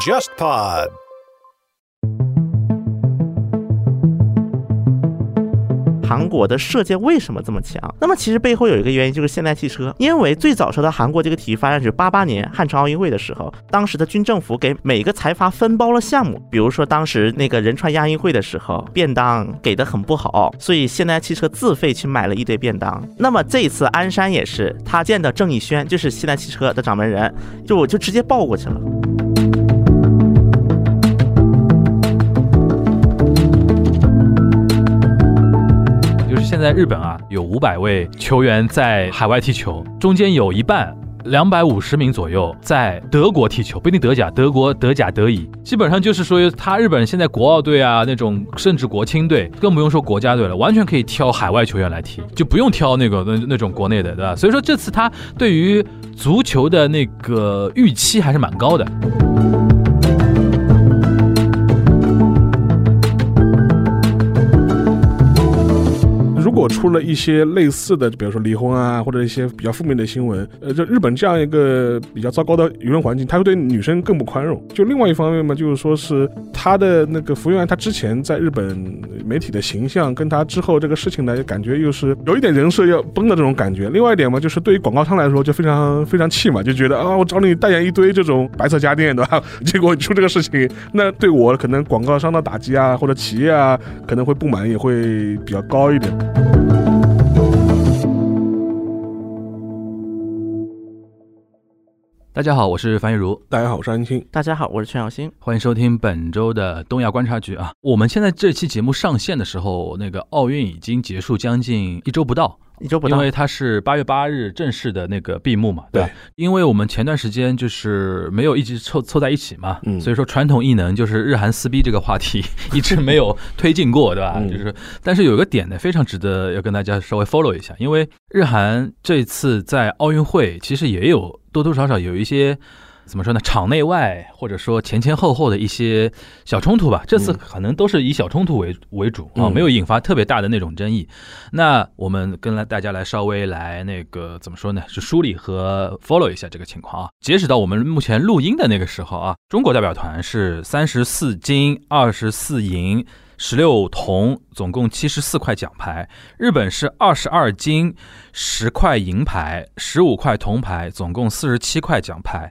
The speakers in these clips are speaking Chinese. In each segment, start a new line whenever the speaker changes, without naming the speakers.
JustPod.
韩国的射箭为什么这么强？那么其实背后有一个原因就是现代汽车，因为最早受到韩国这个体育发展是八八年汉城奥运会的时候，当时的军政府给每个财阀分包了项目，比如说当时那个仁川亚运会的时候，便当给的很不好，所以现代汽车自费去买了一堆便当。那么这一次鞍山也是，他见到郑义轩就是现代汽车的掌门人，就我就直接抱过去了。
就是现在日本啊，有五百位球员在海外踢球，中间有一半。两百五十名左右在德国踢球，不一定德甲，德国、德甲、德乙，基本上就是说，他日本现在国奥队啊那种，甚至国青队，更不用说国家队了，完全可以挑海外球员来踢，就不用挑那个那那种国内的，对吧？所以说这次他对于足球的那个预期还是蛮高的。
如果出了一些类似的，比如说离婚啊，或者一些比较负面的新闻，呃，就日本这样一个比较糟糕的舆论环境，他会对女生更不宽容。就另外一方面嘛，就是说是他的那个福原爱，他之前在日本媒体的形象，跟他之后这个事情呢，感觉又是有一点人设要崩的这种感觉。另外一点嘛，就是对于广告商来说，就非常非常气嘛，就觉得啊，我找你代言一堆这种白色家电，对吧？结果你出这个事情，那对我可能广告商的打击啊，或者企业啊，可能会不满也会比较高一点。
大家好，我是樊玉茹，
大家好，我是安青。
大家好，我是全小新。
欢迎收听本周的东亚观察局啊。我们现在这期节目上线的时候，那个奥运已经结束将近一周不到，
一周不
因
到，
为它是八月八日正式的那个闭幕嘛，对吧
对
因为我们前段时间就是没有一直凑凑在一起嘛，
嗯
所以说传统异能就是日韩撕逼这个话题 一直没有推进过，对吧？
嗯
就是，但是有一个点呢，非常值得要跟大家稍微 follow 一下，因为日韩这次在奥运会其实也有多多少少有一些。怎么说呢？场内外或者说前前后后的一些小冲突吧，这次
嗯
可能都是以小冲突为为主啊，
嗯
没有引发特别大的那种争议。那我们跟来大家来稍微来那个怎么说呢？是梳理和 follow 一下这个情况啊。截止到我们目前录音的那个时候啊，中国代表团是三十四金、二十四银、十六铜，总共七十四块奖牌；日本是二十二金、十块银牌、十五块铜牌，总共四十七块奖牌。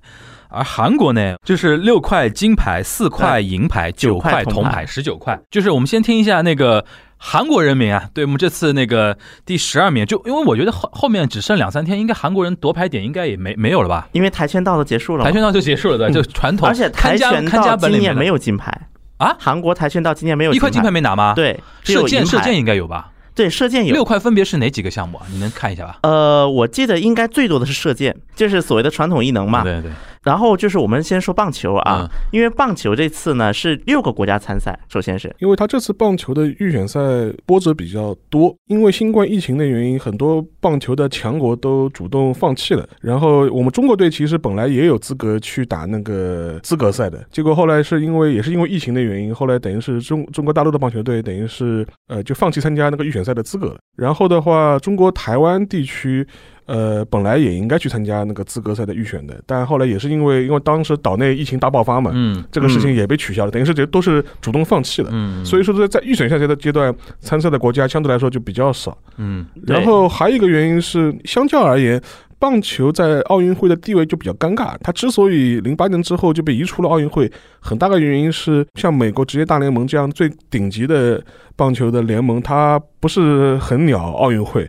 而韩国呢，就是六块金牌、四块银牌、九
9块
块铜
铜牌
牌、十九块。就是我们先听一下那个韩国人民啊，对我们这次那个第十二名，就因为我觉得后后面只剩两三天，应该韩国人夺牌点应该也没没有了吧？
因为跆拳道的结束了嘛
跆，拳道就结束了的，就传统。
嗯而且
看
跆
家
拳
看家
道
本
今
领
年没
有
有金牌
啊
韩国跆拳道今年没有
一块金牌没拿吗？，
对，只
射
有
箭
银
射箭
牌。
应该有吧？
对，射箭有
六块分别是哪几个项目啊？你能看一下吧？
呃，我记得应该最多的是射箭，就是所谓的传统异能嘛。
对嗯对，
然后就是我们先说棒球啊，因为棒球这次呢是六个国家参赛，首先是
因为他这次棒球的预选赛波折比较多，因为新冠疫情的原因，很多棒球的强国都主动放弃了。然后我们中国队其实本来也有资格去打那个资格赛的，结果后来是因为也是因为疫情的原因，后来等于是中中国大陆的棒球队等于是呃就放弃参加那个预选赛的资格了。然后的话，中国台湾地区。呃，本来也应该去参加那个资格赛的预选的，但后来也是因为因为当时岛内疫情大爆发嘛，
嗯
这个事情也被取消了，等于是这都是主动放弃的。
嗯，
所以说，在在预选赛阶段阶段参赛的国家相对来说就比较少。
嗯
对
然后还有一个原因是，相较而言，棒球在奥运会的地位就比较尴尬。它之所以零八年之后就被移出了奥运会，很大的原因是，像美国职业大联盟这样最顶级的棒球的联盟，它不是很鸟奥运会。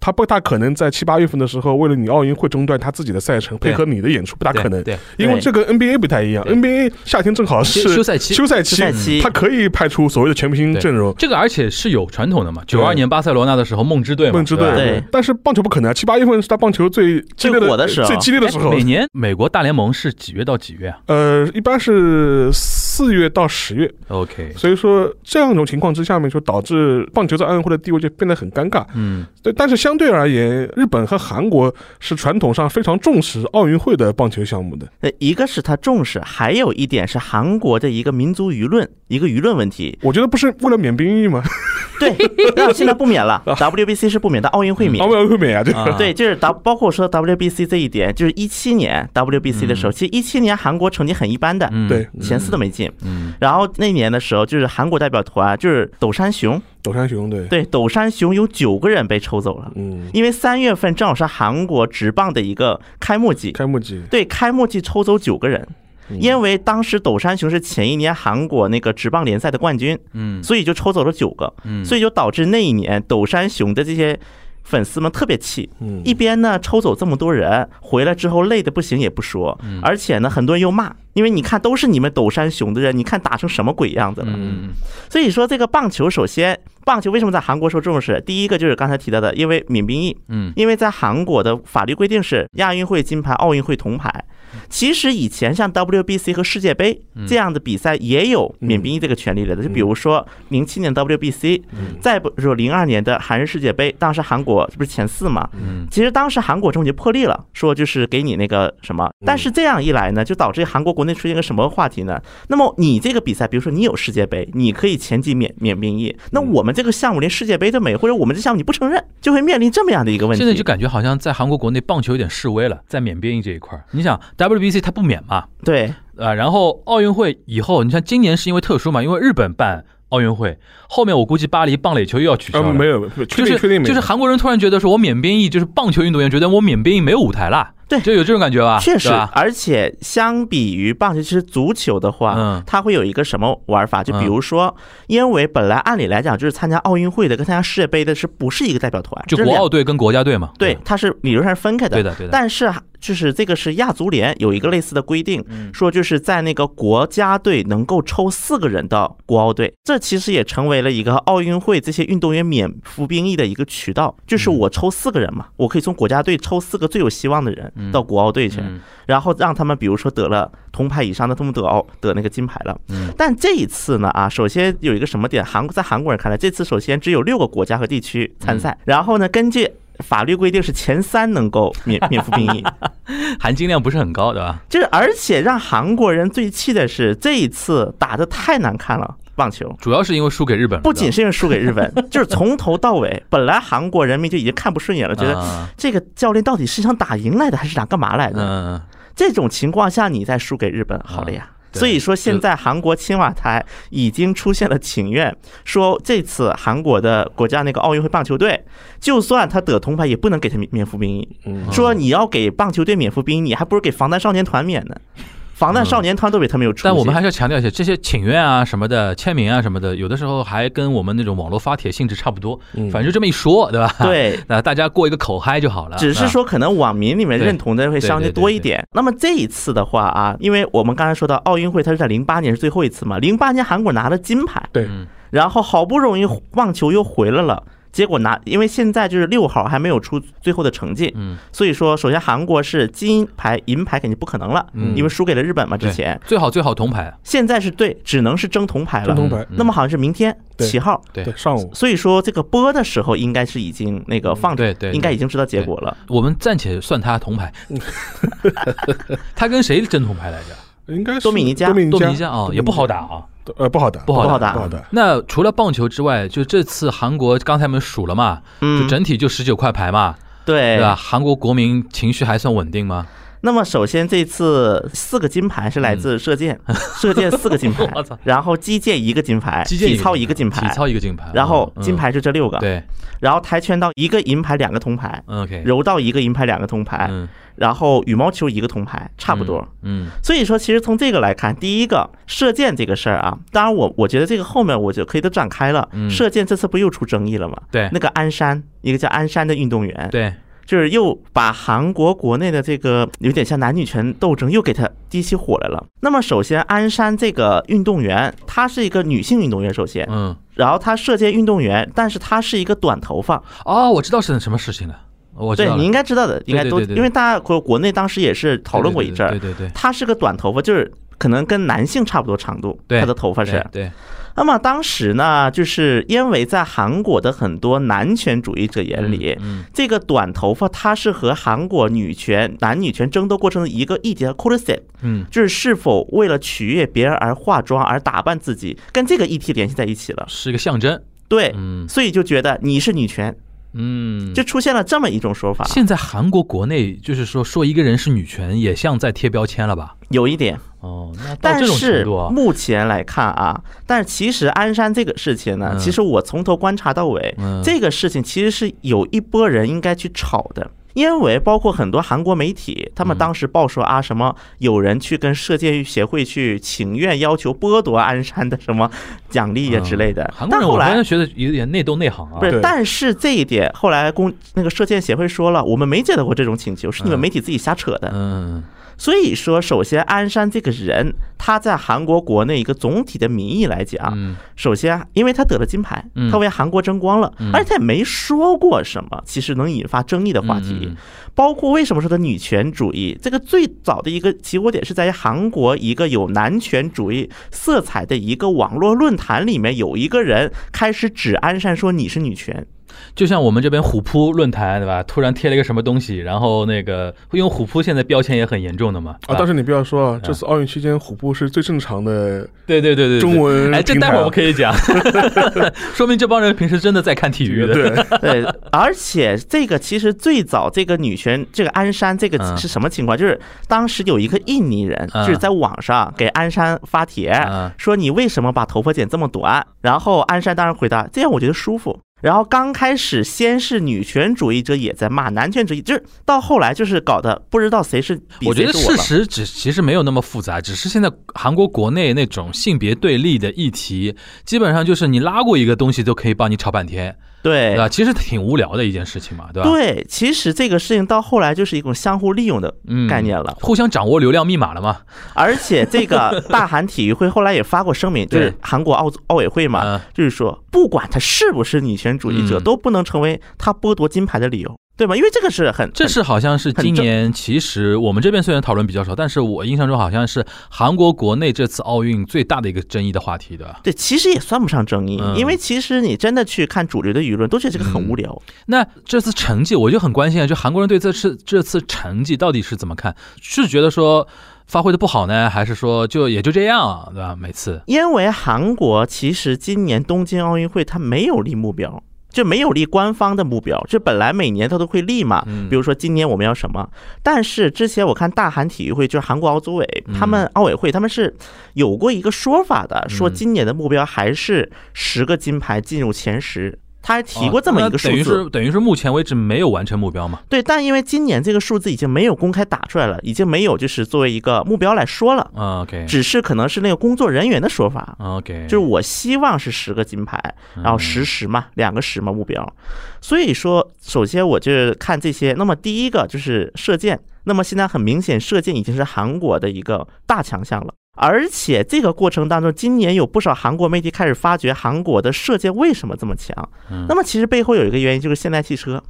它不大可能在七八月份的时候，为了你奥运会中断它自己的赛程，
对
配合你的演出，不大可能。
对，
因为这跟 NBA 不太一样
对
，NBA 夏天正好
休
是
赛期。
休赛
休
期，
赛期
嗯
他，可以派出所谓的全明星阵容。
这个而且是有传统的嘛，
对
九二年巴塞罗那的时候，梦之队嘛，
梦之队，
对吧
对
但是棒球不可能啊！七八月份是他棒球最激烈
最火的时候
最激烈的时候
哎。每年美国大联盟是几月到几月啊
呃，一般是四月到十月，
？OK，
所以说这样一种情况之下面，就导致棒球在奥运会的地位就变得很尴尬。
嗯，
对，但是相相对而言，日本和韩国是传统上非常重视奥运会的棒球项目的。
呃，一个是他重视，还有一点是韩国的一个民族舆论，一个舆论问题。
我觉得不是为了免兵役吗？
对，那现在不免了，WBC 是不免，但奥运会免
奥。运会免啊，对吧？
啊
对，就是 W，包括说 WBC 这一点，就是一七年 WBC 的时候，其实一七年韩国成绩很一般的，
嗯
对，
前四都没进。
嗯
然后那年的时候，就是韩国代表团，啊就是斗山熊，
斗山熊对，
对，斗山熊有九个人被抽走了，
嗯，
因为三月份正好是韩国职棒的一个开幕季，
开幕季，
对，开幕季抽走九个人，
嗯
因为当时斗山熊是前一年韩国那个职棒联赛的冠军，
嗯
所以就抽走了九个，
嗯，
所以就导致那一年斗山熊的这些粉丝们特别气，
嗯，
一边呢抽走这么多人，回来之后累得不行也不说，
嗯
而且呢很多人又骂，因为你看都是你们斗山熊的人，你看打成什么鬼样子了。
嗯嗯
所以说这个棒球，首先棒球为什么在韩国受重视？第一个就是刚才提到的，因为免兵役，
嗯
因为在韩国的法律规定是亚运会金牌、奥运会铜牌。
嗯
其实以前像 WBC 和世界杯这样的比赛也有免兵役这个权利来的，就比如说零七年 WBC，再
嗯
不说零二年的韩日世界杯，当时韩国这不是前四嘛？
嗯
其实当时韩国政府就破例了，说就是给你那个什么，
嗯
但是这样一来呢，就导致韩国国内出现一个什么话题呢？那么你这个比赛，比如说你有世界杯，你可以前几免免兵役，那我们这个项目连世界杯都没有，或者我们这项目你不承认，就会面临这么样的一个问
现在就
题。
感觉好像在韩国国内棒球有点示威了，在免兵役这一块 儿。你想 WBC 它不免嘛，
对，
啊，然后奥运会以后，你像今年是因为特殊嘛，因为日本办奥运会，后面我估计巴黎棒垒球又要取消
啊
了。
没有，确
就
定
是
确定没
就
有
是韩国人突然觉得说，我免兵役就是棒球运动员觉得我免兵役没有舞台啦，
对
就有这种感觉吧，
确实
啊对吧，
而且相比于棒球，其实足球的话
嗯，
它会有一个什么玩法？就比如说，因为本来按理来讲，就是参加奥运会的跟参加世界杯的是不是一个代表团？
就
这
国
两
奥队跟国家队嘛，
对，它是理论上是分开的。
嗯对的对的，
但是就是这个是亚足联有一个类似的规定，
嗯
说就是在那个国家队能够抽四个人到国奥队，这其实也成为了一个奥运会这些运动员免服兵役的一个渠道，就是
嗯
我抽四个人嘛，我可以从国家队抽四个最有希望的人到国奥队去，
嗯
然后让他们比如说得了铜牌以上的，他们得奥得那个金牌了。但这一次呢啊，首先有一个什么点，韩国在韩国人看来，这次首先只有六个国家和地区参赛，然后呢，根据。法律规定是前三能够免 免服兵役，
含金量不是很高，对吧？
就是而且让韩国人最气的是这一次打的太难看了，棒球
主要是因为输给日本人的，
不仅是因为输给日本，就是从头到尾，本来韩国人民就已经看不顺眼了，觉得
啊
这个教练到底是想打赢来的还是想干嘛来的？
嗯，
这种情况下，你再输给日本，好了呀。
对
所以说，现在韩国青瓦台已经出现了请愿，说这次韩国的国家那个奥运会棒球队，就算他得铜牌，也不能给他免免服兵役。
嗯
说你要给棒球队免服兵役，你还不如给防弹少年团免呢。防弹少年团都比他们有出息。
但我们还是要强调一下，这些请愿啊什么的、签名啊什么的，有的时候还跟我们那种网络发帖性质差不多，
嗯
反正就这么一说，对吧？，
对，
那大家过一个口嗨就好了。
只是说可能网民里面认同的会相对多一点。那么这一次的话啊，因为我们刚才说到奥运会，它是在零八年是最后一次嘛，零八年韩国拿了金牌，
对
嗯，
然后好不容易棒球又回来了。结果拿，因为现在就是六号还没有出最后的成绩，
嗯，
所以说首先韩国是金牌、银牌肯定不可能了，
嗯
因为输给了日本嘛。之
对
前
那最好最好铜牌，
现在是对，只能是争铜牌
真
了。
铜牌，
嗯
那么好像是明天
对
七号，
对
对，上午
所以说这个播的时候应该是已经那个放，
对对，
嗯应该已经知道结果了。
我们暂且算他铜牌。 他跟谁争铜牌来着？
应该是
多米尼加
多米
多米
尼
尼加啊，
多米尼
也不好打啊。
呃，不好打，
不好嗯
打
不好打。
那除了棒球之外，就这次韩国刚才我们数了嘛，就
嗯，哎
整体就十九块牌嘛，
对
对吧？韩国国民情绪还算稳定吗？
那么首先这次四个金牌是来自射 箭，射箭四个金牌
我操，
然后击剑一个金牌，
击剑
体操一个金
体
牌，
操一个金牌，
然后
嗯
金、牌是这六个，
嗯对
然后跆拳道一个银牌两个铜牌，
嗯，OK，
柔道一个银牌两个铜牌，
嗯，
然后羽毛球一个铜牌，差不多。
嗯，
所以说，其实从这个来看，第一个射箭这个事儿啊，当然我我觉得这个后面我就可以都展开了。
嗯
射箭这次不又出争议了吗？
对
那个鞍山，一个叫鞍山的运动员，
对，
就是又把韩国国内的这个有点像男女权斗争又给它激起火来了。那么首先，鞍山这个运动员，她是一个女性运动员，首先，
嗯，
然后她射箭运动员，但是她是一个短头发，
哦，我知道是什么事情了，我知
对
道了，
你应该知道的，应该都
对对对对
因为大家国国内当时也是讨论过一阵儿
对，对对，
她是个短头发，就是。可能跟男性差不多长度，
对
她的头发
对
是。
对，
那么当时呢，就是因为在韩国的很多男权主义者眼里，
嗯
这个短头发它是和韩国女权、男女权争斗过程的一个议题和 c o r s e t
嗯，
就是是否为了取悦别人而化妆而打扮自己，跟这个议题联系在一起了。
是一个象征。
对，
嗯
所以就觉得你是女权，
嗯，
哎就出现了这么一种说法，
现在韩国国内就是说说一个人是女权，也像在贴标签了吧？
有一点。
哦，那到
但
这种程
是
度啊，
目前来看啊，但是其实鞍山这个事情呢，
嗯
其实我从头观察到尾，
嗯
这个事情其实是有一波人应该去吵的。因为包括很多韩国媒体，他
嗯
们当时报说啊，什么有人去跟射箭协会去请愿，要求剥夺鞍山的什么奖励呀啊之类的
嗯。韩国
但
人我
后
发
来
现学的有点内斗内行啊，
不是，
对
但是这一点后来公那个射箭协会说了，我们没接到过这种请求，是你们
嗯
媒体自己瞎扯的。
嗯，
所以说，首先鞍山这个人，他在韩国国内一个总体的民意来讲，
嗯
首先因为他得了金牌
嗯，
他为韩国争光了，而且他也没说过什么其实能引发争议的话
嗯嗯
题
嗯。
包括为什么说他女权主义，这个最早的一个起火点是在于韩国一个有男权主义色彩的一个网络论坛里面，有一个人开始指鞍山说你是女权。
就像我们这边虎扑论坛对吧？突然贴了一个什么东西，然后那个因为虎扑现在标签也很严重的嘛
啊，但
是
是你不要说啊，这次奥运期间虎扑是最正常的
对对嗯对对对
中文
哎，这
平台
待会儿
啊
我们可以讲， 说明这帮人平时真的在看体育的。
对，
对，而且这个其实最早这个女权，这个鞍山这个
嗯
是什么情况？就是当时有一个印尼人，
嗯
就是在网上给鞍山发帖
嗯，
说你为什么把头发剪这么短？然后鞍山当然回答，这样我觉得舒服。然后刚开始先是女权主义者也在骂男权主义，就是到后来就是搞得不知道谁是比
我觉
谁
得
是我
事
了。
实只其实没有那么复杂，只是现在韩国国内那种性别对立的议题，基本上就是你拉过一个东西都可以帮你吵半天，对
对
吧？其实挺无聊的一件事情哎嘛，对吧？
对，其实这个事情到后来就是一种相互利用的
嗯，
概念了。
互相掌握流量密码了嘛？
而且这 个大韩体育会后来也发过声明，就
对
是韩国奥奥委会嘛
嗯，
就是说不管他是不是女权主义者，
嗯
都不能成为他剥夺金牌的理由，对吗？因为这个是很
这是好像是今年，其实我们这边虽然讨论比较少，但是我印象中好像是韩国国内这次奥运最大的一个争议的话题的。
对，其实也算不上争议，
嗯
因为其实你真的去看主流的舆论，都觉得这个很无聊。
那这次成绩，我就很关心啊，就韩国人对这次这次成绩到底是怎么看？是觉得说发挥的不好呢，还是说就也就这样，对吧？每次，
因为韩国其实今年东京奥运会它没有立目标。就没有立官方的目标，这本来每年它都会立嘛，
嗯
比如说今年我们要什么，但是之前我看大韩体育会，就是韩国奥组委，
嗯
他们奥委会他们是有过一个说法的，说今年的目标还是十个金牌进入前十，他还提过这么一个
哦
数
那等于
字，
是等于是目前为止没有完成目标嘛？
对，但因为今年这个数字已经没有公开打出来了，已经没有就是作为一个目标来说了，
嗯，OK，
只是可能是那个工作人员的说法，
嗯 OK，
就是我希望是十个金牌，
嗯
然后十十嘛，两个十嘛目标。所以说，首先我就是看这些。那么第一个就是射箭，那么现在很明显，射箭已经是韩国的一个大强项了。而且这个过程当中，今年有不少韩国媒体开始发掘韩国的射箭为什么这么强。那么其实背后有一个原因，就是现代汽车。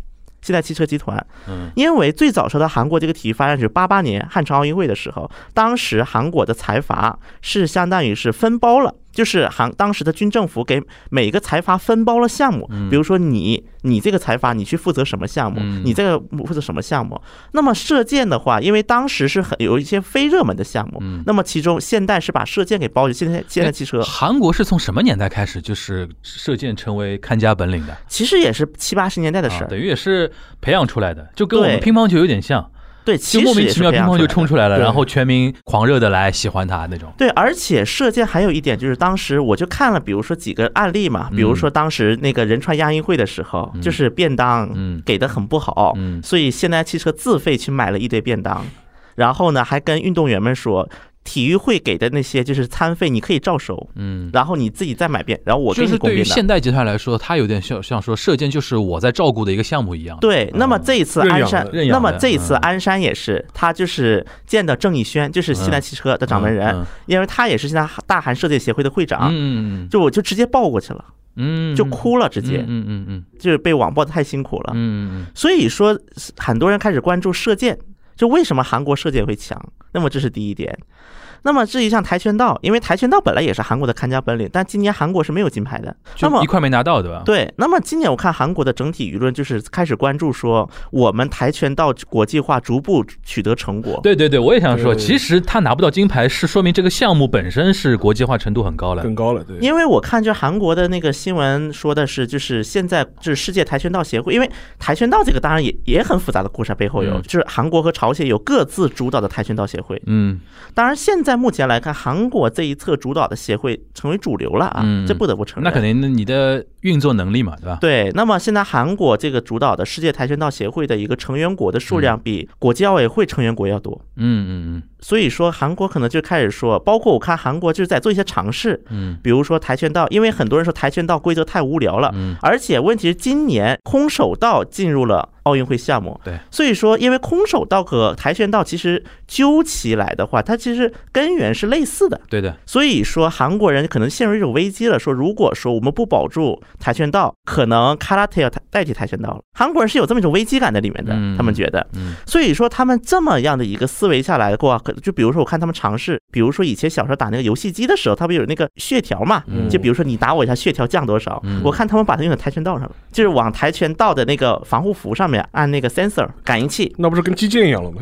现代汽车集团，
嗯，
因为最早受到韩国这个体育发展是八八年汉城奥运会的时候，当时韩国的财阀是相当于是分包了，就是韩当时的军政府给每个财阀分包了项目，比如说你你这个财阀你去负责什么项目，
嗯
你这个负责什么项目。那么射箭的话，因为当时是很有一些非热门的项目，
嗯
那么其中现代是把射箭给包进，现在
哎
现代汽车
韩国是从什么年代开始就是射箭成为看家本领的？
其实也是七八十年代的事
啊，
儿，
等于也是培养出来的，就跟我们
对
乒乓球有点像，
对，
就
其
莫
实
名
也
其
是
妙
培
乒
养出
乓球
来
冲
的
出来了，
对
然后全民狂热的来喜欢他那种。
对，而且射箭还有一点就是，当时我就看了，比如说几个案例嘛，比
嗯
如说当时那个仁川亚运会的时候，就是便当
嗯
给的很不好，
嗯
所以现代汽车自费去买了一堆便当，然后呢还跟运动员们说。体育会给的那些就是餐费，你可以照收，
嗯，
然后你自己再买便，然后我给
就
你
是
供
对于
便当。
现代集团来说，它有点像像说射箭就是我在照顾的一个项目一样。，
对，那么这一次
认
鞍
养
山
的，
嗯认
那
养
么
的
这一次
嗯
鞍山也是，他就是见到郑义轩，就是现代
嗯
汽车的掌门
嗯
人
嗯，
因为他也是现在大韩射箭协会的会长，
嗯
就我就直接抱过去了。
嗯，
就哭了，直
嗯
接啊
嗯嗯嗯
就是被网暴的太辛苦了。
嗯嗯
所以说，很多人开始关注射箭，就为什么韩国射箭会强？那么这是第一点。那么至于像跆拳道，因为跆拳道本来也是韩国的看家本领，但今年韩国是没有金牌的。那么
就一块没拿到，对吧？
对，那么今年我看韩国的整体舆论就是开始关注说，我们跆拳道国际化逐步取得成果。
对对对，我也想说，
对
其实他拿不到金牌是说明这个项目本身是国际化程度很高了。
更高了，对。
因为我看就韩国的那个新闻说的是，就是现在就是世界跆拳道协会，因为跆拳道这个当然也也很复杂的故事啊背后有，
嗯
就是韩国和朝鲜有各自主导的跆拳道协会。
嗯，
当然，现在目前来看，韩国这一侧主导的协会成为主流了啊，
嗯
这不得不承认。
那肯定，那你的运作能力嘛，对吧？
对，那么现在韩国这个主导的世界跆拳道协会的一个成员国的数
嗯
量比国际奥委会成员国要多，
嗯嗯
所以说韩国可能就开始说，包括我看韩国就是在做一些尝试，
嗯
比如说跆拳道，因为很多人说跆拳道规则太无聊了，
嗯
而且问题是今年空手道进入了奥运会项目，
对，
所以说因为空手道和跆拳道其实究其来的话，它其实根源是类似的，
嗯，对的，
所以说，韩国人可能陷入一种危机了。说如果说我们不保住跆拳道，可能卡拉 t 要代替跆拳道了。韩国人是有这么一种危机感在里面的
嗯，
他们觉得。
嗯
所以说，他们这么样的一个思维下来过，可就比如说，我看他们尝试，比如说以前小时候打那个游戏机的时候，他不有那个血条嘛？
嗯
就比如说你打我一下，血条降多少
嗯？
我看他们把它用在跆拳道上了，就是往跆拳道的那个防护服上面按那个 sensor 感应器，
那不是跟击剑一样了吗？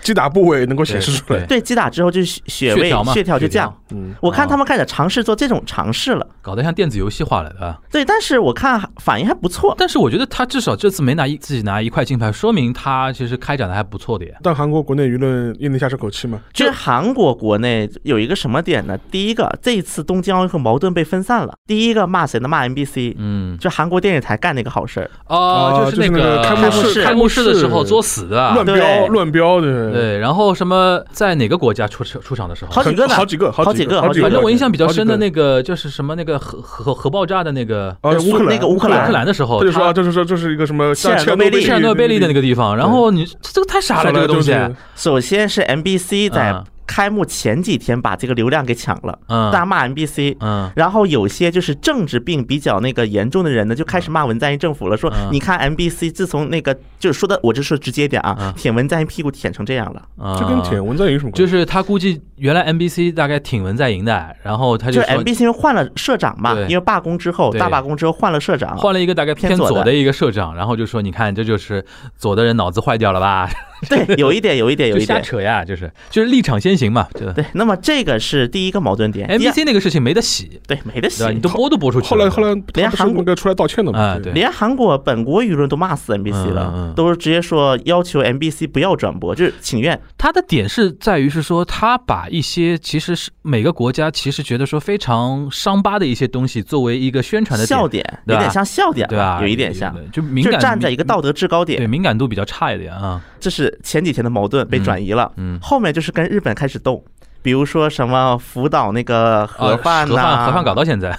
击打部位能够显示出来。
对
对，击打之后就是血血
血
位
条嘛，
血条就
血条
降。
嗯，
我看他们开始尝试做这种尝试了。
搞得像电子游戏化了，对吧？
对，但是我看反应还不错。
但是我觉得他至少这次没拿一自己拿一块金牌，说明他其实开展的还不错的呀。
但韩国国内舆论咽得下这口气吗？
就是韩国国内有一个什么点呢？第一个，这一次东京奥运会矛盾被分散了。第一个骂谁呢？骂 MBC，
嗯，
就韩国电视台干那个好事儿。
哦，
就是
那
那
个
个开
幕式
开幕式的时候作死
乱
的，啊
标
对
乱标的，，
对，然后什么在哪个国家出场出场的时候，
好几个呢
好几个，
好几
几
个好
好几个。
几
反正我印象比较
好几
深的
个
那个就是什么那个核核核爆炸的那个
啊，
就是
乌克兰
那个乌克
乌
兰
克兰的时候，
他就说
哦他
啊，这是这这是一个什么
切尔
切
诺
尔
贝利
切尔诺贝利的那个地方，然后你这这个太傻了，这个东西，
就是
首先是 MBC 在
嗯
开幕前几天把这个流量给抢了，
嗯
大骂 MBC。
嗯
然后有些就是政治病比较那个严重的人呢，就开始骂文在寅政府了，说
嗯
你看 MBC 自从那个就是说的，我就说直接一点啊
嗯，
舔文在寅屁股舔成这样了。
啊，
这跟舔文在寅有什么关
就
系？
是他估计原来 NBC 大概挺文在寅的，然后他
就
就是说
MBC 因为换了社长嘛
对，
因为罢工之后
对
大罢工之后换了社长，
换了一个大概偏
偏左的
左的一个社长，然后就说你看这就是左的人脑子坏掉了吧，
对，有一点，有一点，有
就
一
瞎
点。
扯呀，就是就是立场先行嘛，对吧
对，那么这个是第一个矛盾点。第二
NBC 那个事情没得洗，
对没得
对吧？你
洗，
都播都播出去了，
后来后来
连
他不是
韩国
那个出来道歉的
啊
嘛？
对
连韩国本国舆论都骂死 NBC
嗯嗯嗯
了，都是直接说要求 NBC 不要转播，就是请愿。
他的点是在于是说，他把一些其实是每个国家其实觉得说非常伤疤的一些东西作为一个宣传的点
笑点
对
有
吧
点像笑点，
对吧？
有一点像，
就敏
就
感
站在一个道德制高点
对。敏感度比较差一点啊，
这是前几天的矛盾被转移了，
嗯嗯
后面就是跟日本开始斗。比如说什么福岛那个
啊
核贩
盒
呐、
饭盒饭搞到 现在，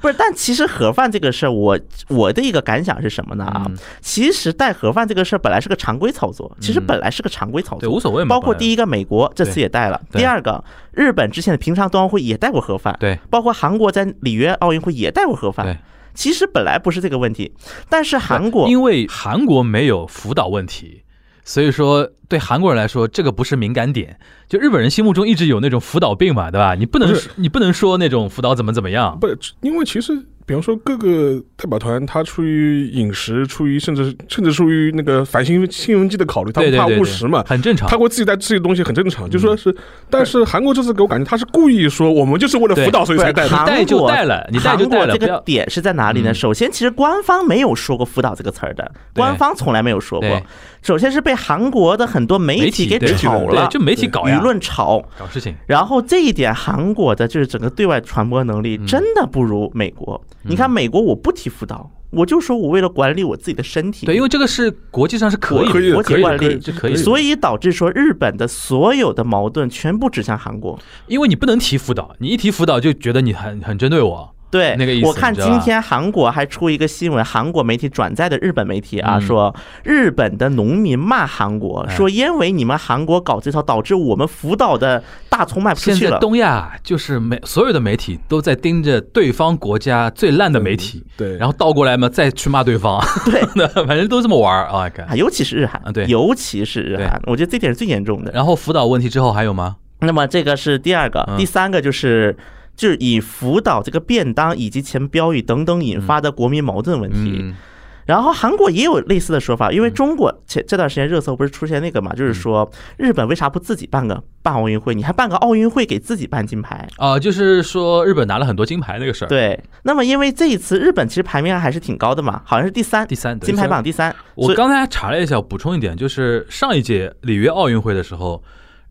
不是，但其实盒饭这个事儿，我我的一个感想是什么呢？啊，
嗯
其实带盒饭这个事儿本来是个常规操作，其实本来是个常规操
嗯对，
作。
无所谓嘛。
包括
本来
第一个美国这次也带了，
啊对
第二个日本之前的平昌冬奥会也带过盒饭，
对
包括韩国在里约奥运会也带过盒
对
饭。其实本来不是这个问题，但是韩国
因为韩国没有辅导问题，所以说对韩国人来说，这个不是敏感点。就日本人心目中一直有那种辅导病嘛，对吧？你不能
不是
你不能说那种辅导怎么怎么样，
不，因为其实比方说各个代表团，他出于饮食，出于甚至甚至出于那个反兴兴奋剂的考虑，他
对对
怕
对，
误
对啊嗯
食嘛。
很正常
他。会自己带自己的东西很正常，就说是，但是韩国这次给我感觉他是故意说我们就是为了
对
辅导所以才带
不
的
是，
带就
韩国
带了，你带就带
韩国
了，不
这
要
个点是在哪里呢？
嗯
首先，其实官方没有说过辅导这个词儿的，官方从来没有说
对
过。首先是被韩国的很多媒
媒
体
体
给
对
炒了
对，就媒体搞呀，
舆论炒。
搞事情。
然后这一点，韩国的就是整个对外传播能
嗯
力真的不如美国。你看美国，我不提辅导，我就说我为了管理我自己的身体，
对，因为这个是国际上是可以的，
可以的
国
可
际
以
惯
的可以
例
的，
这可以的，
所以导致说日本的所有的矛盾全部指向韩国。
因为你不能提辅导，你一提辅导就觉得你很很针对我，
对，
那个意思
我看今天韩国还出一个新闻，韩国媒体转载的日本媒体啊，
嗯
说日本的农民骂韩国，
哎
说因为你们韩国搞这套，导致我们福岛的大葱卖不出
现
去
在
了。
东亚就是媒所有的媒体都在盯着对方国家最烂的媒体，
对，
然后倒过来嘛再去骂对方，
对
反正都这么玩儿啊。看
啊，尤其是日韩
啊，对
尤其是日韩，我觉得这点是最严重的。
然后福岛问题之后还有吗？
那么这个是第二个
嗯，
第三个就是。就是以福岛这个便当以及前标语等等引发的国民矛盾问题，
嗯，
然后韩国也有类似的说法，因为中国前这段时间热搜不是出现那个嘛，就是说
嗯
日本为啥不自己办个办奥运会，你还办个奥运会给自己办金牌？
啊、就是说日本拿了很多金牌那个事儿，，
对，那么因为这一次日本其实排名还是挺高的嘛，好像是第三，
第三对
金牌榜第三。
我
所以
刚才查了一下，我补充一点，就是上一届里约奥运会的时候，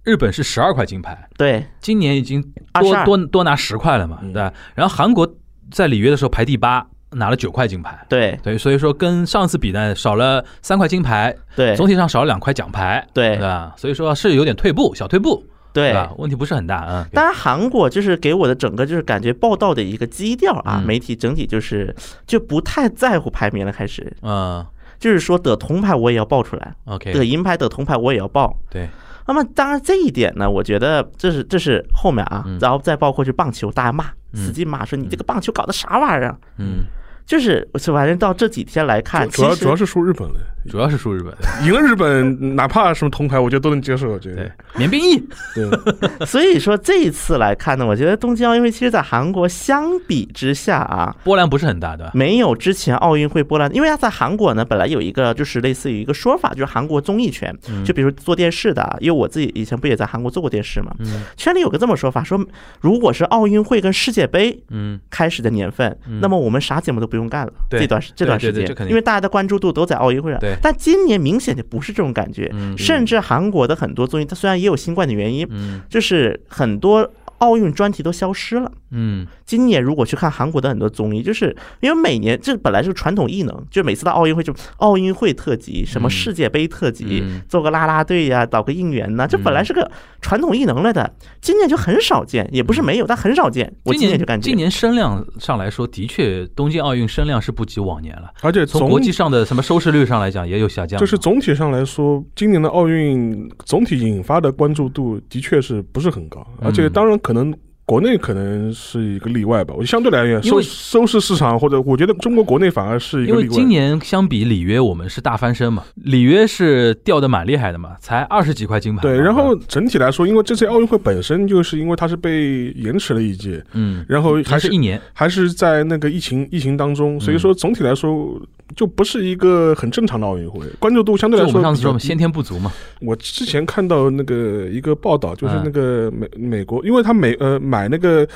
日本是十二块金牌，
对
今年已经多
22
多多拿十嗯块了嘛，对吧？然后韩国在里约的时候排第八，拿了九块金牌。
对
对，所以说跟上次比呢，少了三块金牌，
哎
对
总体上少了两块奖牌，
对
对吧？所以说是有点退步，小退步，
对。
吧？问题不是很大，嗯。
当然，韩国就是给我的整个就是感觉报道的一个基调啊
嗯，
媒体整体就是就不太在乎排名了，开始
嗯
就是说得铜牌我也要报出来，得
，OK，
银牌得铜牌我也要报，
对，
那么当然这一点呢，我觉得这是这是后面
嗯
啊，然后再包括就棒球，大家骂，使劲骂说你这个棒球搞的啥玩意儿啊？
嗯，
就是反正到这几天来看，
啊
主要
其实
主要是输日本了，
主要是输 日本，
赢了日本，哪怕什么铜牌，我觉得都能接受。我觉
对
得，
免兵役，
对，
所以说这一次来看呢，我觉得东京奥运会其实在韩国相比之下啊。
波澜不是很大， 对吧？
没有之前奥运会波澜，因为它在韩国呢，本来有一个就是类似于一个说法，就是韩国综艺圈，
嗯
就比如做电视的啊，因为我自己以前不也在韩国做过电视嘛，
嗯
圈里有个这么说法，说如果是奥运会跟世界杯，
嗯，
开始的年份，那么我们啥节目都不用干了。
对
这段时这段时
对对
间
对这肯，定
因为大家的关注度都在奥运会上
对。嗯
但今年明显就不是这种感觉，甚至韩国的很多综艺，它虽然也有新冠的原因，就是很多奥运专题都消失了。
嗯，
今年如果去看韩国的很多综艺，就是因为每年这本来是传统艺能，就每次到奥运会就奥运会特辑，什么世界杯特辑，
嗯
做个啦啦队呀、搞个应援呐、这本来是个传统艺能来的，今年就很少见，也不是没有，但很少见。我
今
今年就感觉
今年声量上来说，的确东京奥运声量是不及往年了，
而且
从
总
国际上的什么收视率上来讲也有下降，
就是总体上来说，今年的奥运总体引发的关注度的确是不是很高，
嗯
而且当然可能。国内可能是一个例外吧，我相对来言，
因为
收收视市场或者我觉得中国国内反而是一
因
个
为
例外。
今年相比里约，我们是大翻身嘛，里约是掉的蛮厉害的嘛，才二十几块金牌嘛，
对，然后整体来说，因为这次奥运会本身就是因为它是被延迟了一届，
嗯，
然后还
还
是
是嗯一年，
还是在那个疫情疫情当中，所以说总体来说就不是一个很正常的奥运会，关注度相对
就
来
我
说
们上次说嘛，
比较低
先天不足嘛，
我之前看到那个一个报道，就是
嗯
那个美、美国，因为他美呃买那个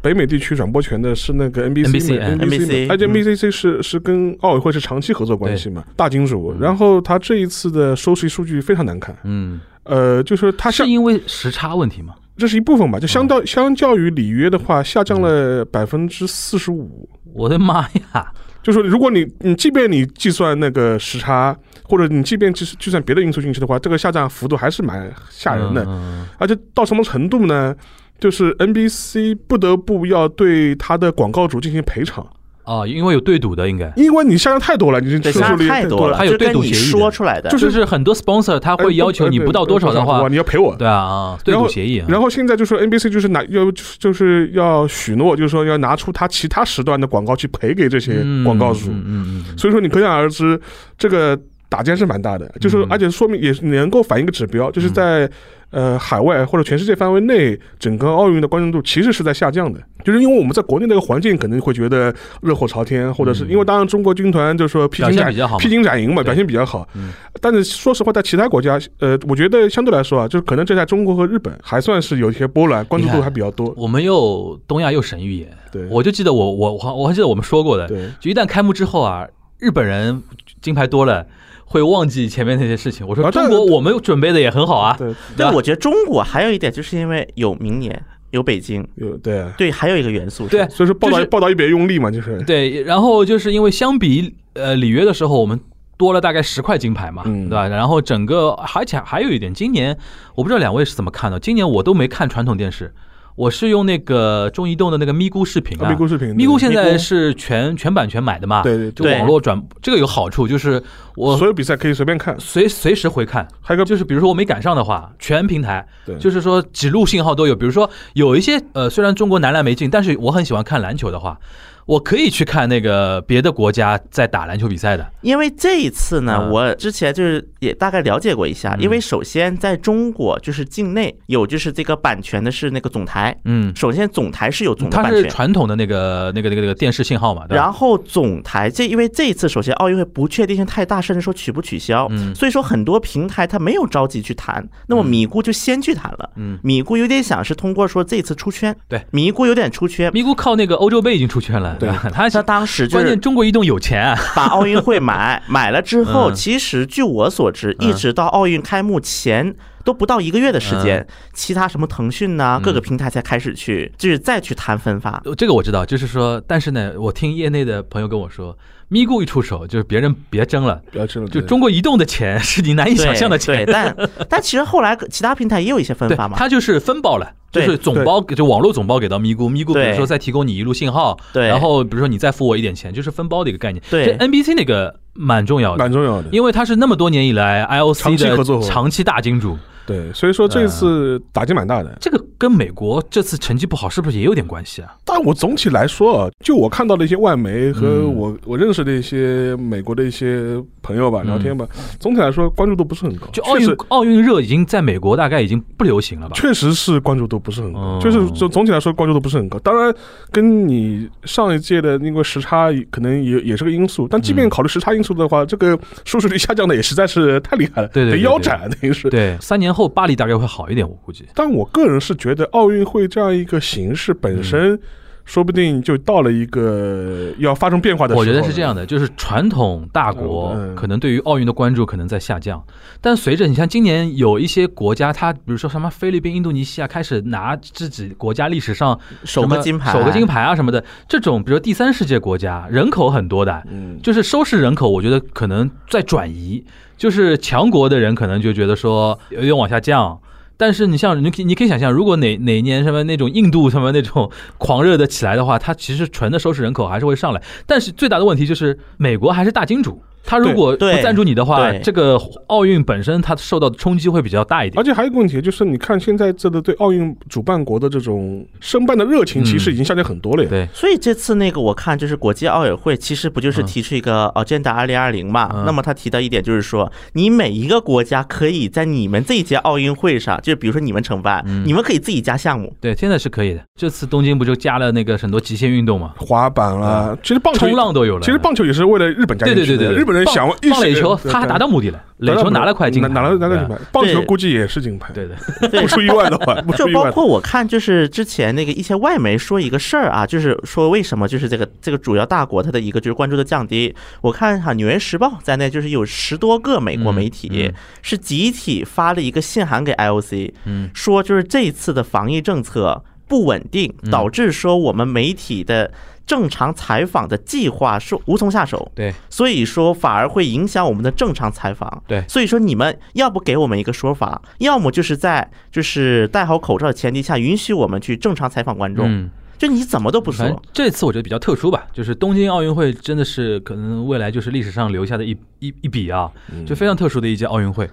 北美地区转播权的是那个 NBC
NBC
嘛 NBC，
NBC
嗯
嘛而且 NBC 是是跟奥委会是长期合作关系嘛，大金主。然后他这一次的收视数据非常难看，
嗯，
呃，就说他
是嗯
相
因为时差问题嘛，
这是一部分吧，就相当相较于里约的话，下降
嗯
了百分之四十五。
我的妈呀，
就说如果你你即便你计算那个时差，或者你即便计计算别的因素进去的话，这个下降幅度还是蛮吓人的。
嗯
而且到什么程度呢？就是 NBC 不得不要对它的广告主进行赔偿，
哦，因为有对赌的应该。
因为你下降太多了，你这
对，
次数
差
率
太多
了，
还
了，
有
就
对
跟
赌
你
协议的
说出来的，
就是
就是很多 sponsor 他
哎
会要求你
对
不到多少的
不到
话，
你要赔我。
对啊啊，对
然后
赌协议啊，
然后现在就说 NBC 就是拿要就是就是要许诺，就是说要拿出它其他时段的广告去赔给这些
嗯
广告主，
嗯嗯嗯
所以说你可想而知这个。打击还是蛮大的，就是
嗯
而且说明也是能够反映一个指标，就是在呃海外或者全世界范围内，整个奥运的关注度其实是在下降的。就是因为我们在国内那个环境可能会觉得热火朝天，或者是因为当然中国军团就是说披
嗯表
荆
现
斩
比较好嘛
披，荆斩棘嘛，
对
表现比较好
嗯。
但是说实话，在其他国家，呃，我觉得相对来说啊，就是可能这在中国和日本还算是有一些波澜，关注
你
度
看
还比较多。
我们又东亚又神预言，
对，
我就记得我我我我还记得我们说过的，
对
就一旦开幕之后啊，日本人金牌多了，会忘记前面那些事情。我说
啊
中
但
国我们准备的也很好啊，
对
对
对，
吧
我觉得中国还有一点，就是因为有明年有北京，
有对啊，
对，还有一个元素是
对
所以说报
就
道
是
报道也别用力嘛，就是
对。然后就是因为相比呃里约的时候，我们多了大概十块金牌嘛，
嗯
对吧？然后整个而且还有一点，今年我不知道两位是怎么看的，今年我都没看传统电视。我是用那个中移动的那个咪咕视频
啊
啊，
咪咕视频，
咪咕现
咪
在
咕
是全全版权买的嘛，
对对
就
对，
对
网络转这个有好处，就是我
所有比赛可以随便看，
随随时回看，
还有一个
就是比如说我没赶上的话，全平台
对，
就是说几路信号都有。比如说有一些呃，虽然中国男篮没进，但是我很喜欢看篮球的话，我可以去看那个别的国家在打篮球比赛的。
因为这一次呢
嗯，
我之前就是也大概了解过一下，
嗯
因为首先在中国就是境内有就是这个版权的是那个总台，
嗯，
首先总台是有总的
它
版
是
权。
传统的那个那个那个那个电视信号嘛，对吧？
然后总台这，因为这一次首先奥运会不确定性太大，甚至说取不取消，
嗯
所以说很多平台它没有着急去谈，那么
嗯
米咕就先去谈了。
嗯
米咕有点想是通过说这次出圈，
对，
米咕有点出圈。
咪咕靠那个欧洲杯已经出圈了，
对
吧？他
他当时就
关键
是
中国移动有钱啊，
把奥运会买买了之后，
嗯
其实据我所知，
嗯
一直到奥运开幕前都不到一个月的时
嗯
间，其他什么腾讯呐、各个平台才开始去，就是再去谈分发。
呃这个我知道，就是说，但是呢，我听业内的朋友跟我说，咪咕一出手，就是别人别争了，
不要吃了，
就
对
中国移动的钱是你难以
对
想象的钱
对，。但但其实后来其他平台也有一些分
对，
发嘛，
它就是分包了，就
对
是总包就网络总包给到咪咕，咪咕比如
对
说再提供你一路信号，
对
然后比如说你再付我一点钱，就是分包的一个概念。
对
这嗯 NBC 那个蛮重要的，
蛮重要的，
因为它是那么多年以来
长
IOC
期合作
的
伙伴
长期大金主，
对，所以说这
嗯
次打击蛮大的。
这个跟美国这次成绩不好是不是也有点关系啊？
但我总体来说啊，就我看到的一些外媒和
嗯
我、我认识的一些美国的一些朋友吧，
嗯
聊天吧，总体来说关注度不是很高。
就奥
确
运
实
奥运热已经在美国大概已经不流行了吧？
确实是关注度不是很高，
哦
就是总总体来说关注度不是很高。当然，跟你上一届的那个时差可能也也是个因素，但即便
嗯
考虑时差因素的话，这个收视率下降的也实在是太厉害了，
对对对
得腰斩等于是。
对，三年后巴黎大概会好一点，我估计。
但我个人是觉得奥运会这样一个形式本
嗯
身，说不定就到了一个要发生变化的时候。
我觉得是这样。的，就是传统大国
嗯嗯
可能对于奥运的关注可能在下降，但随着你像今年有一些国家，它比如说什么菲律宾、印度尼西亚开始拿自己国家历史上
首
什
个
么
金牌，
首个金牌啊什么的，这种比如说第三世界国家人口很多的，
嗯，
就是收视人口，我觉得可能在转移，就是强国的人可能就觉得说有点往下降。但是你像你可以你可以想象，如果哪哪一年什么那种印度什么那种狂热的起来的话，它其实纯的收视人口还是会上来。但是最大的问题就是美国还是大金主，他如果不
对对
赞助你的话，
对
这个奥运本身它受到的冲击会比较大一
而
点。
且还有一个问题，就是你看现在这个对奥运主办国的这种申办的热情，其实已经下降很多了呀。
对，
所以这次那个我看就是国际奥委会其实不就是提出一个 Agenda 二零二零嘛？
嗯
那么他提到一点就是说，你每一个国家可以在你们这一届奥运会上，就是比如说你们承办，
嗯
你们可以自己加项目。
对，现在是可以的。这次东京不就加了那个很多极限运动嘛，
滑板啦，其实棒球
啊冲浪都有了。
其实棒球也是为了日本加
对
进
对
去
对对，
的
对
日本人想
棒棒垒球，他还达
到
到目的了，垒球拿了块金牌，
拿了拿了金
对
牌
吧，，
棒球
对
估计也是金牌，
对的，
不出意外的话，不
就
出意
包
外。
括我看，就是之前那个一些外媒说一个事儿啊，就是说为什么就是这个这个主要大国它的一个就是关注的降低。我看哈《纽约时报》在内，就是有十多个美国媒
嗯
体
嗯
是集体发了一个信函给 IOC，
嗯
说就是这一次的防疫政策不稳定，
嗯
导致说我们媒体的正常采访的计划是无从下手，
对，
所以说反而会影响我们的正常采访。
对
所以说你们要不给我们一个说法，要么就是在就是戴好口罩的前提下允许我们去正常采访观众，
嗯，
就你怎么都不
反正
说。
这次我觉得比较特殊吧，就是东京奥运会真的是可能未来就是历史上留下的一一一笔啊，就非常特殊的一届奥运会。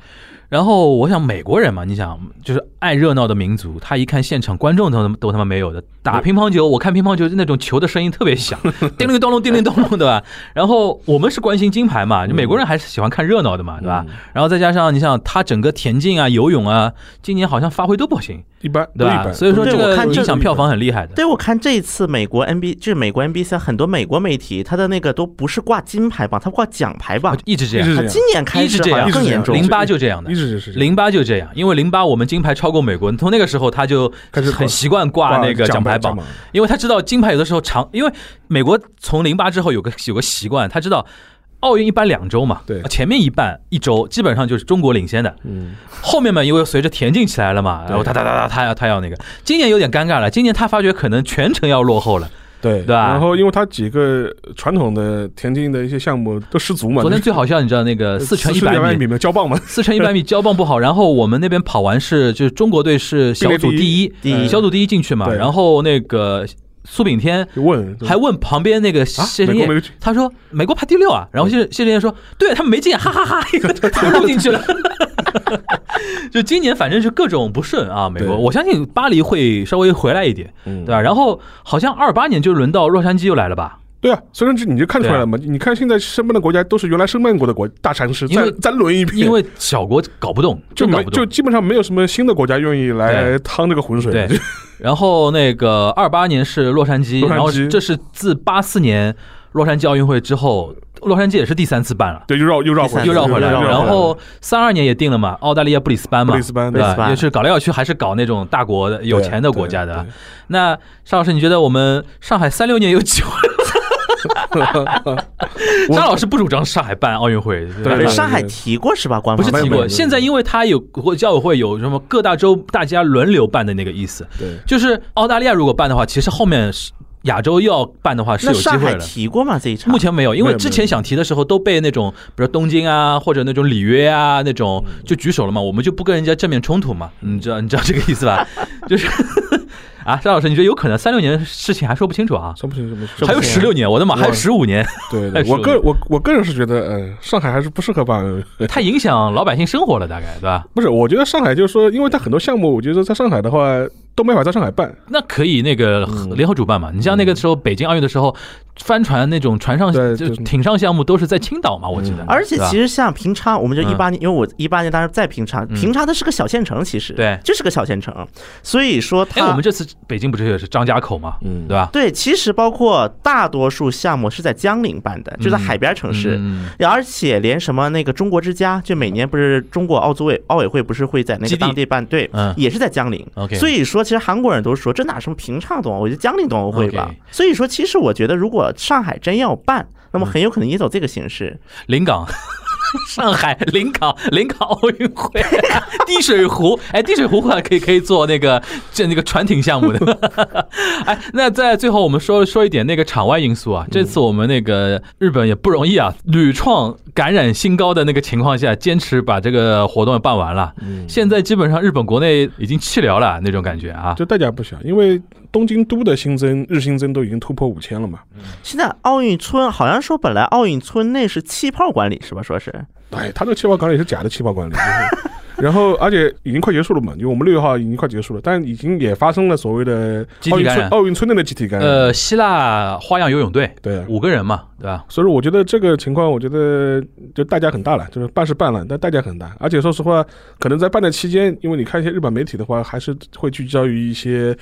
然后我想美国人嘛，你想就是爱热闹的民族，他一看现场观众都都他妈没有的，打乒乓球，我看乒乓球那种球的声音特别响，叮铃咚隆，叮铃咚隆，对吧？然后我们是关心金牌嘛，就美国人还是喜欢看热闹的嘛，对吧？然后再加上你想他整个田径啊、游泳啊，今年好像发挥都不行，
一般，
对
都一
吧？
般
所以说
对
这
我
个
看
影
这
响票房很厉害的。
对，我看这一次美国 NB 就是美国 NBC 很多美国媒体，它的那个都不是挂金牌榜，它挂奖牌榜。
一直这
一
样
直，
啊
这样
今年开
一直
始
这
好
样
像更严重，
零八就这样的
一。直就是这样
零八就这样，因为零八我们金牌超过美国，从那个时候他就
开始
很习惯挂那个奖牌
奖
榜，，因为他知道金牌有的时候长，因为美国从零八之后有个有个习惯，他知道奥运一般两周嘛，
对
前面一半一周基本上就是中国领先的，
嗯，
后面嘛因为随着田径起来了嘛，然后他他他他他要他要那个，今年有点尴尬了，今年他发觉可能全程要落后了。
对
对吧
然后因为它几个传统的田径的一些项目都失足嘛，
昨天
就是呃
最好笑，你知道那个四乘一
四
百
100
米，
米嘛，交 棒嘛，
四乘一百米交棒不好， 然后我们那边跑完是就是中国队是小组第一，
第一
小组第一进去嘛，
对
然后那个苏炳添
就问
还问旁边那个谢震
啊美国没
业
有进。嗯
他说：“美国排第六啊。”然后谢谢震业说：“对他们没进，啊哈哈哈 他们都进去了。” 就今年反正是各种不顺啊，美国，
对
我相信巴黎会稍微回来一点，
嗯
对吧？然后好像二八年就轮到洛杉矶又来了吧？
对啊，所以说你就看出来了嘛，你看现在申办的国家都是原来申办过的国大城市，
啊因为
再再轮一遍，
因为小国搞不动，
就
真搞
没
不
就
动。
基本上没有什么新的国家愿意来
对
趟这个浑水，
对，然后那个二八年是洛杉矶，
洛杉矶
然后这是自八四年洛杉矶奥运会之后，洛杉矶也是第三次办了。
对，又绕又绕回来，
又绕回来了，
又绕
然
回来
后三二年也定了嘛，澳大利亚布里斯班嘛，
布里斯班
对
布里斯
吧？
班
也是搞来搞去还是搞那种大国的、有钱的国家的
对。
那邵老师，你觉得我们上海三六年有机会？
我
张老师不主张上海办奥运会，
对
对
对
上海提过是吧？官
不
方
是提
没有没
过。
有
现在因为他有国教委会有什么各大洲大家轮流办的那个意思，
对
就是澳大利亚如果办的话，其实后面是亚洲要办的话是
那
有机
上
会
海
的。
提过吗？这一场
目前没有，因
没
为
有
之前想提的时候都被那种，比如东京啊，或者那种里约啊那种
嗯
就举手了嘛，我们就不跟人家正面冲突嘛，你知道你知道这个意思吧？ 就是啊，张老师，你觉得有可能三六年的事情还说不清楚啊？
说不清说不
说
清，嗯
还有
不清
十六年，我的妈，还有十五年，
对
还
对，
说
我
不
个
清
我我个人是觉得，嗯，上海还是不适合办奥 运会。
太影响老百姓生活了，大概对吧？
不是，我觉得上海就是说，因为它很多项目，我觉得在上海的话都没法在上海办，
那可以那个
嗯
联合主办嘛？你像那个时候北京奥运的时候，帆船那种船上
对
就
对
艇上项目都是在青岛嘛，我记得。
嗯
而且其
实
实像平昌，我们就
嗯
一八年，因为我一八年当时在平昌，
嗯
平昌它是个小县城，其实
对
就是个小县城，所以说
哎，我
它
们这次北京不是也是张家口嘛，
嗯
对吧？
对，其实包括大多数项目是在江陵办的，就在海边城市。
嗯
而且连什么那个中国之家，就每年不是中国奥组委奥委会不是会在那
基
个
地
当地办，对，
嗯
也是在江陵。
OK
所以说其实韩国人都说这哪什么平昌冬奥会，我觉得江陵冬奥会吧。
OK
所以说其实我觉得如果上海真要办，那
嗯
么很有可能也走这个形式。
临港。 上海临港临港奥运会， 滴水湖，哎，滴水湖可可以可以做那个这那个船艇项目的， 哎，那在最后我们说说一点那个场外因素啊，这次我们那个日本也不容易啊，屡创感染新高的那个情况下，坚持把这个活动办完了，现在基本上日本国内已经气聊了那种感觉啊，
就代价不小。因为东京都的新增日新增都已经突破五千了嘛，
嗯
现在奥运村好像说本来奥运村内是气泡管理是吧？说是
哎，他这个气泡管理是假的气泡 管理。就是然后，而且已经快结束了嘛，因为我们六月号已经快结束了，但已经也发生了所谓的
集
奥
体
运
感
村
染，
奥运村内的集体感染。
呃，希腊花样游泳队
对啊，
五个人嘛，对吧？
所以说我觉得这个情况，我觉得就代价很大了，就是办是办了，但代价很大。而且说实话，可能在办的期间，因为你看一些日本媒体的话，还是会聚焦于一些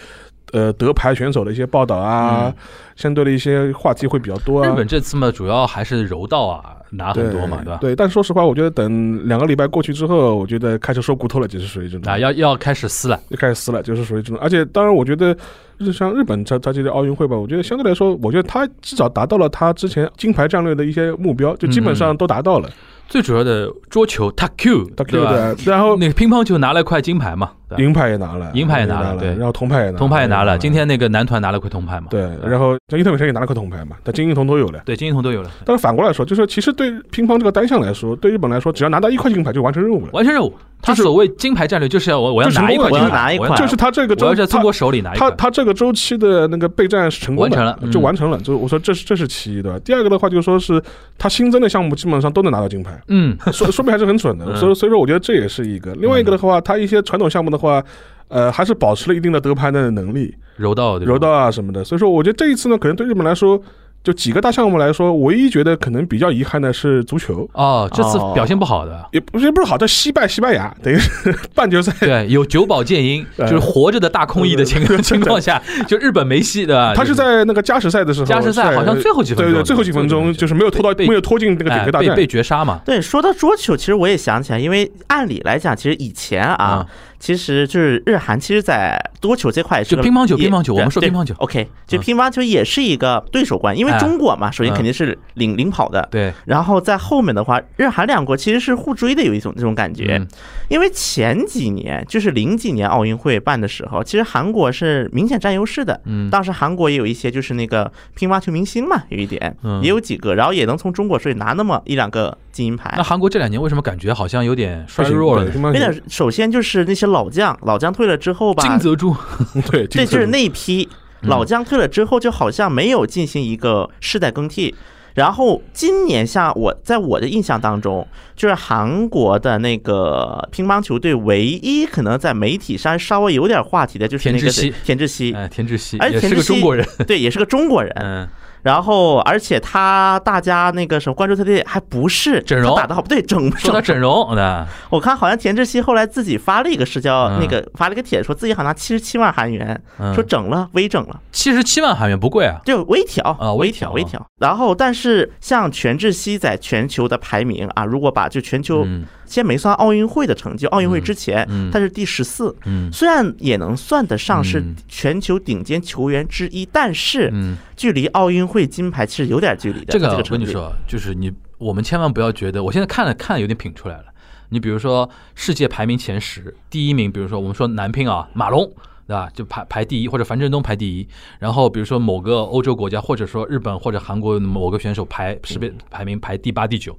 呃德牌选手的一些报道啊，
嗯
相对的一些话题会比较多啊。
日本这次嘛，主要还是柔道啊拿
对
很多嘛，对吧？
对，但说实话，我觉得等两个礼拜过去之后，我觉得开始收骨头了，就是属于这种
啊，要要开始撕了，
就开始撕了，就是属于这种。而且，当然，我觉得日像日本它它这届奥运会吧，我觉得相对来说，我觉得它至少达到了它之前金牌战略的一些目标，就基本
嗯
上都达到了。
最主要的桌球 t a k u
到
对吧？
的，然后
那个乒乓球拿了块金牌嘛，对吧
哦银牌也拿了，
银牌也拿了
了，
对
然后铜牌也拿了，
铜牌也拿了，今天那个男团拿了块铜牌嘛，
对，然后像伊藤美诚也拿了块铜牌嘛，但金银铜都有了。
对金银铜都有了，
但是反过来说，就是其实对乒乓这个单项来说，对日本来说，只要拿到一块金牌就完成任务了，
完成任务。他所谓金牌战略就是要我我要
就成
拿一
功
块
了
金
我要拿
牌，
一
我
块
就是他这个
我
周
要在中
他
国手里拿一
他
块。
他这个周期的那个备战是成功的，
完成了嗯
就完成了。就我说这是这是其一，对吧？第二个的话就是说是他新增的项目基本上都能拿到金牌，
嗯，
说说明还是很准的
嗯。
所以所以说，我觉得这也是一个。另外一个的话，他一些传统项目的话，呃，还是保持了一定的得拍的能力，
柔道对吧
柔道啊什么的。所以说，我觉得这一次呢，可能对日本来说，就几个大项目来说，唯一觉得可能比较遗憾的是足球，
哦，这次
哦
表现不好的。
也不是不是好，在惜败西班牙，等于是 半决赛。
对，有久保健英，就
对
是活着的大空翼的情情况下，就日本没戏的。
他是
啊就
在那个加时赛的时候，
加时赛好像最后几分
对
钟，
对，最后几分钟就是没有拖到，
被
没有拖进那个
哎
整个大
被
战
被。绝杀嘛。
对，说到桌球，其实我也想起来，因为按理来讲，其实以前啊，其实就是日韩，其实在桌球这块是
就乒乓球乒乓球
也
我们说
对
乒乓球嗯
OK，就乒乓球也是一个对手关，因为
哎
中国嘛，首先肯定是领领跑的，
对，
然后在后面的话，日韩两国其实是互追的，有一种这种感觉。
嗯
因为前几年就是零几年奥运会办的时候，其实韩国是明显占优势的。
嗯
当时韩国也有一些就是那个乒乓球明星嘛，有一点
嗯
也有几个，然后也能从中国手里拿那么一两个金银牌
那。韩国这两年为什么感觉好像有点衰
不行
弱了
对
呢？
乒
有
乓球
点，首先就是那些老将，老将退了之后吧，
金泽洙，
对，
对，竞
就是
争
那一批
嗯
老将退了之后，就好像没有进行一个世代更替。然后今年下，我在我的印象当中，就是韩国的那个乒乓球队唯一可能在媒体上稍微有点话题的，就是
田
那
志
个谁
希
田志希，
哎，田志希
哎
也
田
是个
志希
中国 人，
对，也是个中国人。
嗯，
然后，而且他大家那个什么关注他的还不是
整容
他打的好，不对，整
说到
整，
整容，那
我看好像田志希后来自己发了一个是叫
嗯
那个发了一个帖，说自己好像拿七十七万韩元，说整了，微整了。
七十七万韩元不贵啊，
就微调
啊微
微
调
调，微调。然后，但是像全智熙在全球的排名啊，如果把就全球
嗯
先没算奥运会的成绩，奥运会之前
嗯
他是第十四，
嗯
虽然也能算得上是
嗯
全球顶尖球员之一，但是
嗯，
距离奥运会金牌其实有点距离的。这
这个我跟
成
你
绩，
说，就是你我们千万不要觉得，我现在看了看了有点品出来了。你比如说世界排名前十，第一名，比如说我们说男乒啊，马龙。对吧？就排排第一，或者樊振东排第一，然后比如说某个欧洲国家，或者说日本或者韩国某个选手排识
嗯
别排名排第八、第九，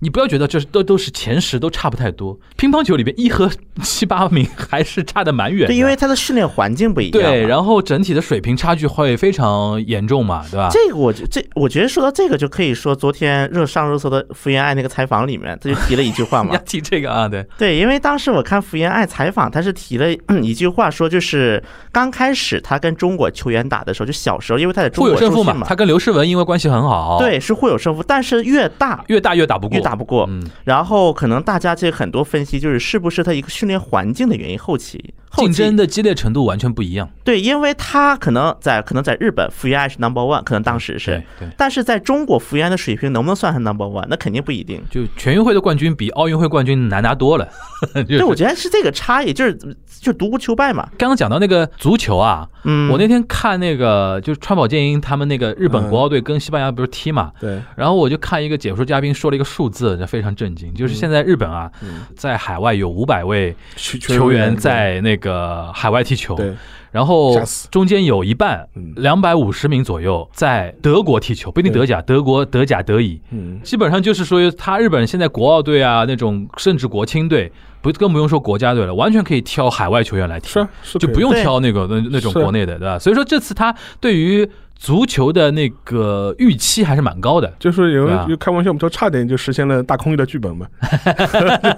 你不要觉得这是都都是前十都差不太多。乒乓球里边一和七八名还是差的蛮远的，
对，因为他的训练环境不一样嘛。
对，然后整体的水平差距会非常严重嘛，对吧？
这个我觉这我觉得说到这个就可以说昨天热上热搜的福原爱那个采访里面，他就提了一句话
你
嘛
要，提这个啊，对，
对，因为当时我看福原爱采访，她是提了嗯一句话，说就是刚开始她跟中国球员打的时候，就小时候，因为她在中
互有
国
胜
受
负
训
嘛，
嘛
他，跟刘诗雯因为关系很好，，
对，是互有胜负，但是越大
越大越打不过，
越打不过。
嗯，
然后可能大家这很多分析就是是不是她一个训练环境的原因，后期后
竞
期
争的激烈程度完全不一样，
对，因为她可能在可能在日本福原爱是 number one，可能当时是
对，对。
但是在中国福原爱的水平能不能算上 number one，那肯定不一定。
就全运会的冠军比奥运会冠军难拿 多了。对
对，我觉得是这个差异，就是就独孤求败嘛。
刚刚讲到那个足球啊，
嗯，
我那天看那个就是川宝剑英他们那个日本国奥队跟西班牙不是踢嘛，
对，
然后我就看一个解说嘉宾说了一个数字，非常震惊，
嗯
就是现在日本啊，在海外有五百位
球
球员在哦那个海外踢球，
对，
然后
吓死
中间有一半
嗯
两百五十名左右在德国踢球，不一定
对
德甲，德国、德甲、德乙，
嗯，
基本上就是说他日本现在国奥队啊那种，甚至国青队，不更不用说国家队了，完全可以挑海外球员来踢，
是啊是
就
可以
不用
对
挑那个那那种
是
国内的，对吧？所以说这次他对于足球的那个预期还是蛮高的，
就是有
对啊
人就开玩笑，我们说差点就实现了大空翼的剧本嘛。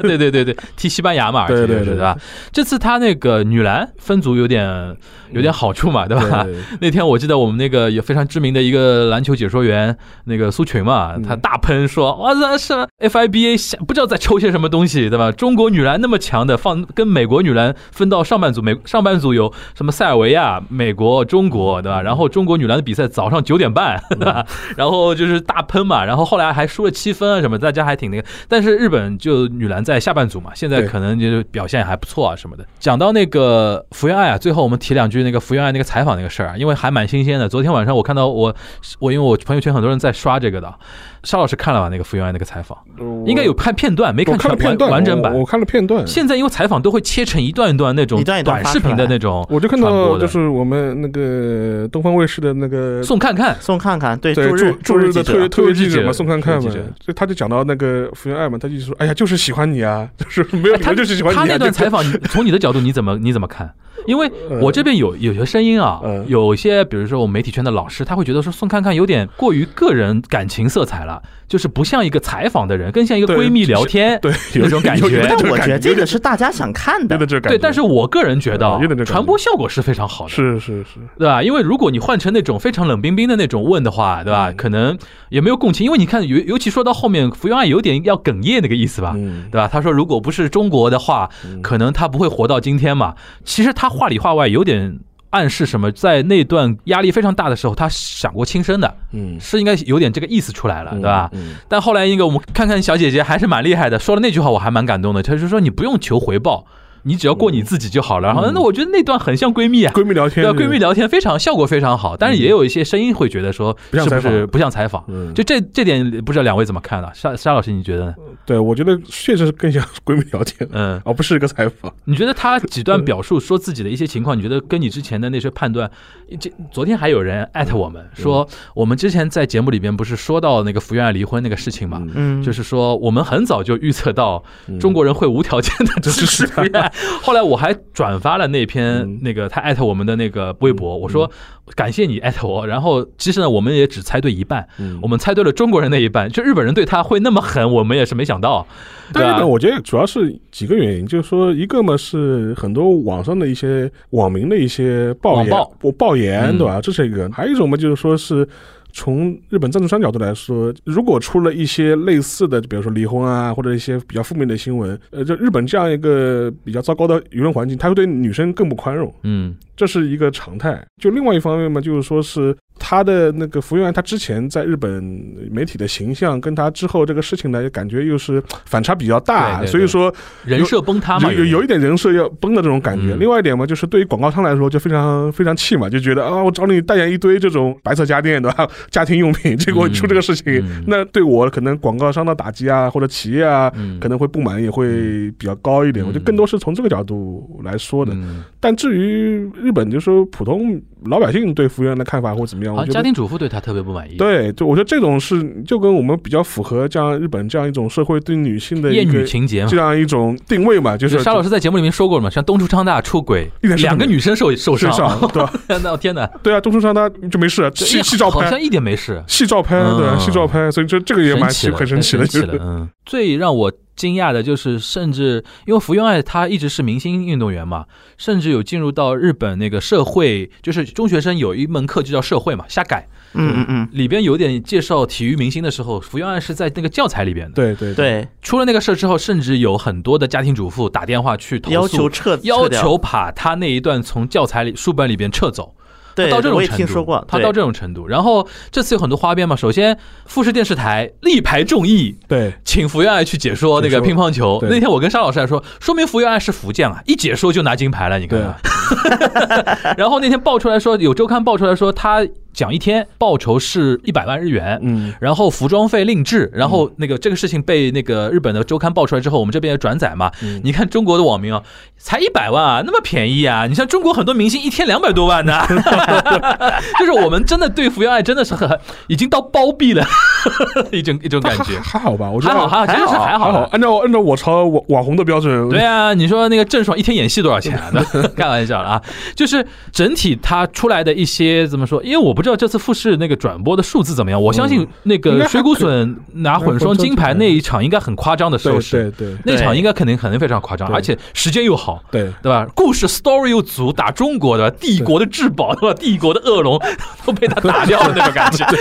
对对对对，踢西班牙嘛，而且
对对
就是
对
对吧？这次他那个女篮分组有点有点好处 嘛，对吧？
嗯对
那天我记得我们那个也非常知名的一个篮球解说员，那个苏群嘛，
嗯
他大喷说：“哇塞，是 FIBA 下不知道在抽些什么东西，对吧？中国女篮那么强的，放跟美国女篮分到上半组，美上半组有什么塞尔维亚、美国、中国，对吧？然后中国女篮的比赛早上九点半，对吧？ 然后就是大喷嘛，然后后来还输了七分啊什么，大家还挺那个。但是日本就女篮在下半组嘛，现在
对
可能就是表现还不错啊什么的。讲到那个福原爱啊，最后我们提两句那个福原爱那个采访那个事儿啊，因为还蛮新鲜的。昨天晚上我看到我我因为我朋友圈很多人在刷这个的，沙老师看了吧那个福原爱那个采访，应该有看片段，没
我
全
看了
完
片段，
完整版
我。我看了片段，
现在因为采访都会切成一段一段那种
一段一段
短
发
视频
出
的
来
那种，
我就看
传播
到
的
就是我们那个东方卫视的那个
宋看看
宋看看，对
对
驻日
驻日
记
的
者
特约特
驻日
约
记
记者
者
嘛，宋看看
特约
嘛
记者，
就他就讲到那个福原爱嘛，他就说，哎呀，就是喜欢你啊， 就是没有
哎
理
他
由就是喜欢你啊。
他那段
就
采访，你从你的角度你怎么你怎么看？因为我这边有有些声音啊
嗯，
有些比如说我们媒体圈的老师，他会觉得说宋看看有点过于个人感情色彩了，就是不像一个采访的人，更像一个
对
闺蜜聊天
对有
那种感
有有
觉
有。
哎但我觉得这个 是大家想看
有
的
点，这个感
对，
觉，
但是我个人觉得啊
嗯有点这感觉
传播效果是非常好的，
是是是，
对吧？因为如果你换成那种非常冷冰冰的那种问的话，对
嗯
吧？可能也没有共情，因为你看，尤尤其说到后面，福原爱有点要哽咽那个意思吧，
嗯，
对吧？他说如果不是中国的话，可能他不会活到今天嘛。其实他话里话外有点暗示什么，在那段压力非常大的时候，他想过轻生的，
嗯，
是应该有点这个意思出来了，
嗯
对吧？
嗯
但后来那个我们看看小姐姐还是蛮厉害的，说了那句话我还蛮感动的，她就说你不用求回报。你只要过你自己就好了。然后那我觉得那段很像闺蜜啊，
嗯闺蜜聊天，
对啊，闺蜜，聊天非常效果非常好，但是也有一些声音会觉得说
不像
是不
采访
是不像采访？
嗯，
就这这点不知道两位怎么看呢？沙沙老师你觉得呢？
对我觉得确实是更像 闺蜜聊天，哦
嗯，
而不是一个采访。
你觉得他几 段表述说自己的一些情况，你觉得跟你之前的那些判断，这昨天还有人艾特我
嗯
们说，我们之前在节目里边不是说到那个福原爱离婚那个事情嘛？
嗯
嗯，
就是说，我们很早就预测到
嗯
中国人会无条件的支持
支 持
福
他
原爱。后来我还转发了那篇
嗯
那个他艾特我们的那个微博，我说感谢你艾特我。然后其实呢，我们也只猜对一半，
嗯
我们猜对了中国人那一半，就日本人对他会那么狠，我们也是没想到。对啊
但日
吧
本？我觉得主要是几个原因，就是说，一个嘛是很多网上的一些网民的一些爆
网
言
暴，
我爆言
嗯
对吧？这是一个。还有一种嘛，就是说是从日本赞助商角度来说，如果出了一些类似的，比如说离婚啊，或者一些比较负面的新闻，呃，就日本这样一个比较糟糕的舆论环境，他会对女生更不宽容。
嗯
这是一个常态。就另外一方面嘛，就是说是他的那个福原爱，他之前在日本媒体的形象，跟他之后这个事情呢，感觉又是反差比较大，
对对对
所以说
人设崩塌嘛，
有有有
一
一点人设要崩的这种感觉。
嗯
另外一点嘛，就是对于广告商来说，就非常非常气嘛，就觉得啊，我找你代言一堆这种白色家电对吧，家庭用品，结果
嗯
你出这个事情，
嗯
那对我可能广告商的打击啊，或者企业啊。
嗯
可能会不满也会比较高一点，
嗯
我觉得更多是从这个角度来说的。
嗯
但至于日本，就说普通老百姓对福原的看法或怎么样，
好
我
像
觉
家
得
庭主妇对他特别不满意。
对，就我觉得这种是就跟我们比较符合这样日本这样一种社会对女性的一
厌
个
女情啊节嘛
这，样一种定位嘛，就
就是沙老师在节目里面说过了嘛，像东出昌大出轨，
一点事都
两个
没有
女生受受
身
伤，
上对吧？
那天哪，
对啊，东出昌他就没事，戏戏照
好
拍，
像一点没事，
戏照拍，对啊
嗯
吧，戏照拍，所以这这个也蛮奇很神
神奇
奇的，
了，神奇
就
了
是
嗯，最让我惊讶的就是，甚至因为福原爱她一直是明星运动员嘛，甚至有进入到日本那个社会，就是中学生有一门课就叫社会嘛，瞎改，
嗯嗯嗯，
里边有点介绍体育明星的时候，福原爱是在那个教材里边的。
对对，
对，
出了那个事儿之后，甚至有很多的家庭主妇打电话去投诉，
要求撤，
要
撤掉
求把他那一段从教材里书本里边撤走。
对，
到这种
我也
程
听
度，
说过，
他
对
到这种程度。然后这次有很多花边嘛，首先富士电视台力排众议。
对
请福原爱去解说那个
解说
乒乓球。
对
那天我跟沙老师还说，说明福原爱是福建啊，一解说就拿金牌了，你看看。 然后那天爆出来说，有周刊爆出来说，他讲一天报酬是一百万日元，
嗯，
然后服装费另制，然后那个这个事情被那个日本的周刊爆出来之后，我们这边也转载嘛。
嗯
你看中国的网民啊，才一百万啊，那么便宜啊！你像中国很多明星一天两百多万呢， 就是我们真的对福原爱真的是很已经到包庇了 一种一种感
还
觉。
还好吧，我觉
还
得
好还好，其实是还
还
好
好，
的。
按照按照我朝网网红的标准，
对啊，你说那个郑爽一天演戏多少 钱啊？开玩笑了啊，就是整体他出来的一些怎么说？因为我不知道这次复试那个转播的数字怎么样，我相信那
嗯应该
个
还
水谷隼拿混双金牌那一场应该很夸张的收
对
视，
对对
那场应该肯定肯定非常夸张，
对
而且时间又好。
对。
对吧？故事 story 又足，打中国的帝国的至宝，对吧？帝国的恶龙 都被他打掉了那种感觉。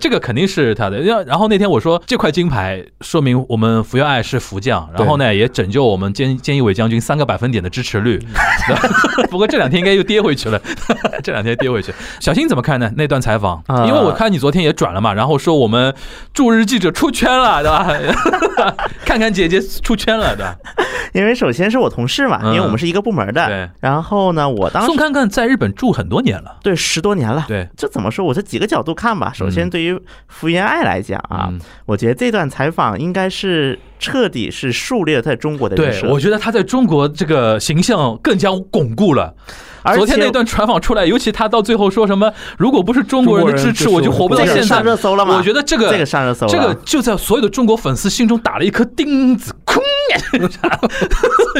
这个肯定是他的。要然后那天我说这块金牌说明我们福原爱是福将，然后呢也拯救我们菅菅义伟将军三个百分点的支持率。 不过这两天应该又跌回去了， 这两天跌回去。小新怎么看呢？那段采访，
啊
因为我看你昨天也转了嘛，然后说我们驻日记者出圈了，对吧？ 看看姐姐出圈了，对吧？
因为首先是我同事嘛，因为
嗯
我们是一个部门的，
对。
然后呢，我当
宋
时
康康在日本住很多年了，
对十多年了。
对
这怎么说？我这几个角度看吧。首先，
嗯
对于福原爱来讲啊，
嗯
我觉得这段采访应该是彻底是树立了在中国的人
对，
设。
我觉得他在中国这个形象更加巩固了。
而且
昨天那段传访出来，尤其他到最后说什么“如果不是中国人的支持，
中
我
国人
就活不到
这个
现在
上”，热搜了嘛？
我觉得这个
这个上热搜了。
这个就在所有的中国粉丝心中打了一颗钉子，空，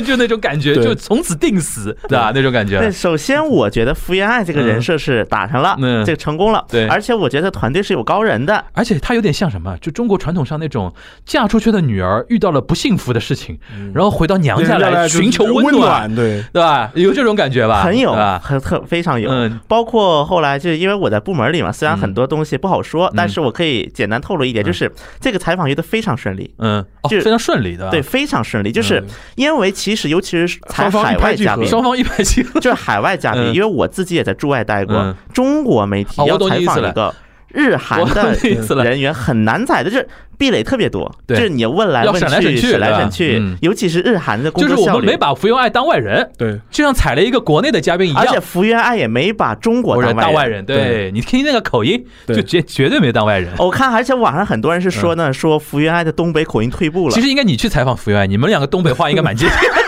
就那种感觉，
对
就从此定死，对吧？那种感
对，
觉，
首先我觉得福原爱这个人设是打上了，
嗯
这个成功了。
对
而且我觉得团队是有高人的，
而且他有点像什么？就中国传统上那种嫁出去的女儿遇到了不幸福的事情，然后回到娘嗯家来寻求
温
温暖，，
对，
对吧？有这种感觉吧？
很有，
对吧？
很很非常有。
嗯
包括后来就是因为我在部门里嘛，虽然很多东西不好
嗯
说，但是我可以简单透露一点，就是这个采访约的非常顺利。
嗯，哦，
就
非常顺利的，
对，非常顺利，就是因为其实尤其是采
双方
海
一拍
外
即
嘉
合
宾，
嗯双方一拍即合。
就是海外嘉宾，
嗯
因为我自己也在驻外待过
嗯，
中国媒体
哦我
要
懂你
采
意思
访
了
一个日韩的
意思了，
人员很难踩的，就是壁垒特别多，
对
就是你问来
要
问
闪来闪
去，
去
审来
对吧
审去
嗯，
尤其是日韩的工
就是
作
我
效
们
率
没。把福原爱当外人，
对，
就像踩了一个国内的嘉宾一
而且
样。
福原爱也没把中国
国人
当
当
外
外
人。
人，对你听那个口音，
对
就绝绝对没当 外人。
哦我看，而且网上很多人是说呢，说福原爱的东北口音退步了
嗯其，实应该你去采访福原啊爱，你们两个东北话应该蛮接近。
啊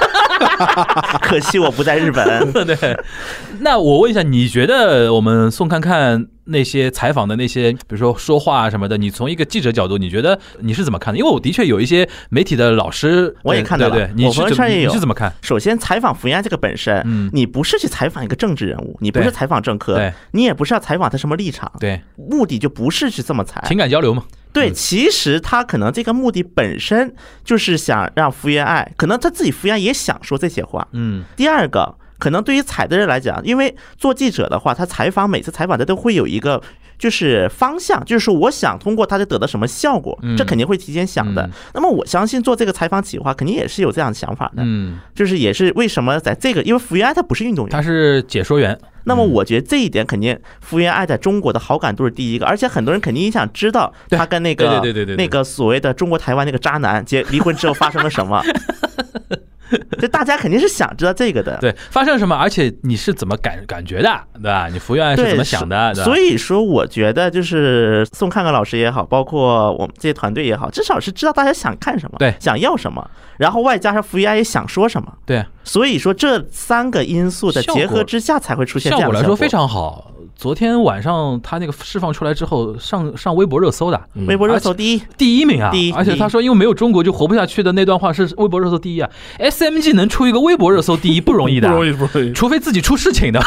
可惜我不在日 本。
对，那我问一下，你觉得我们宋看看那些采访的那些，比如说说话啊什么的，你从一个记者角度，你觉得你是怎么看的？因为我的确有一些媒体的老师，
我也
对
看到
对
了
对你
我
是
朋友
怎么
圈也
你
有
是怎么看？
首先，采访福原爱这个本身，
嗯，
你不是去采访一个政治人物，你不
对
是采访政客
对，
你也不是要采访他什么立场，
对，
目的就不是去这么采。
情感交流嘛，
对，
嗯
其实他可能这个目的本身就是想让福原爱，可能他自己福原爱也想说这些话。
嗯，
第二个，可能对于采的人来讲，因为做记者的话，他采访每次采访他都会有一个就是方向，就是说我想通过他就得到什么效果
嗯，
这肯定会提前想的
嗯。
那么我相信做这个采访企划，肯定也是有这样的想法的，
嗯，
就是也是为什么在这个，因为福原爱她不是运动员，
他是解说员，
那么我觉得这一点肯定福原爱在中国的好感度是第一个，而且很多人肯定也想知道
对
她跟那
对
个
对对对对对
那个所谓的中国台湾那个渣男结离婚之后发生了 什么。就大家肯定是想知道这个的，
对，发生了什么，而且你是怎么感感觉的，对吧？你福原爱是
对
怎么想的，啊对吧？
所以说我觉得就是宋看看老师也好，包括我们这些团队也好，至少是知道大家想看什么，
对
想要什么，然后外加上福原爱也想说什么，
对，
所以说这三个因素的
效
结合
果
之下才会出现
效
这样
果
的
来说非常好。昨天晚上他那个释放出来之后，上上微博热搜的
微博热
嗯而且
搜第一，
第一名啊
第一！
而且他说，因为没有中国就活不下去的那段话是微博热搜第一啊。SMG 能出一个微博热搜第一不容易
不
的，啊
容易，不容易。
除非自己出事情的。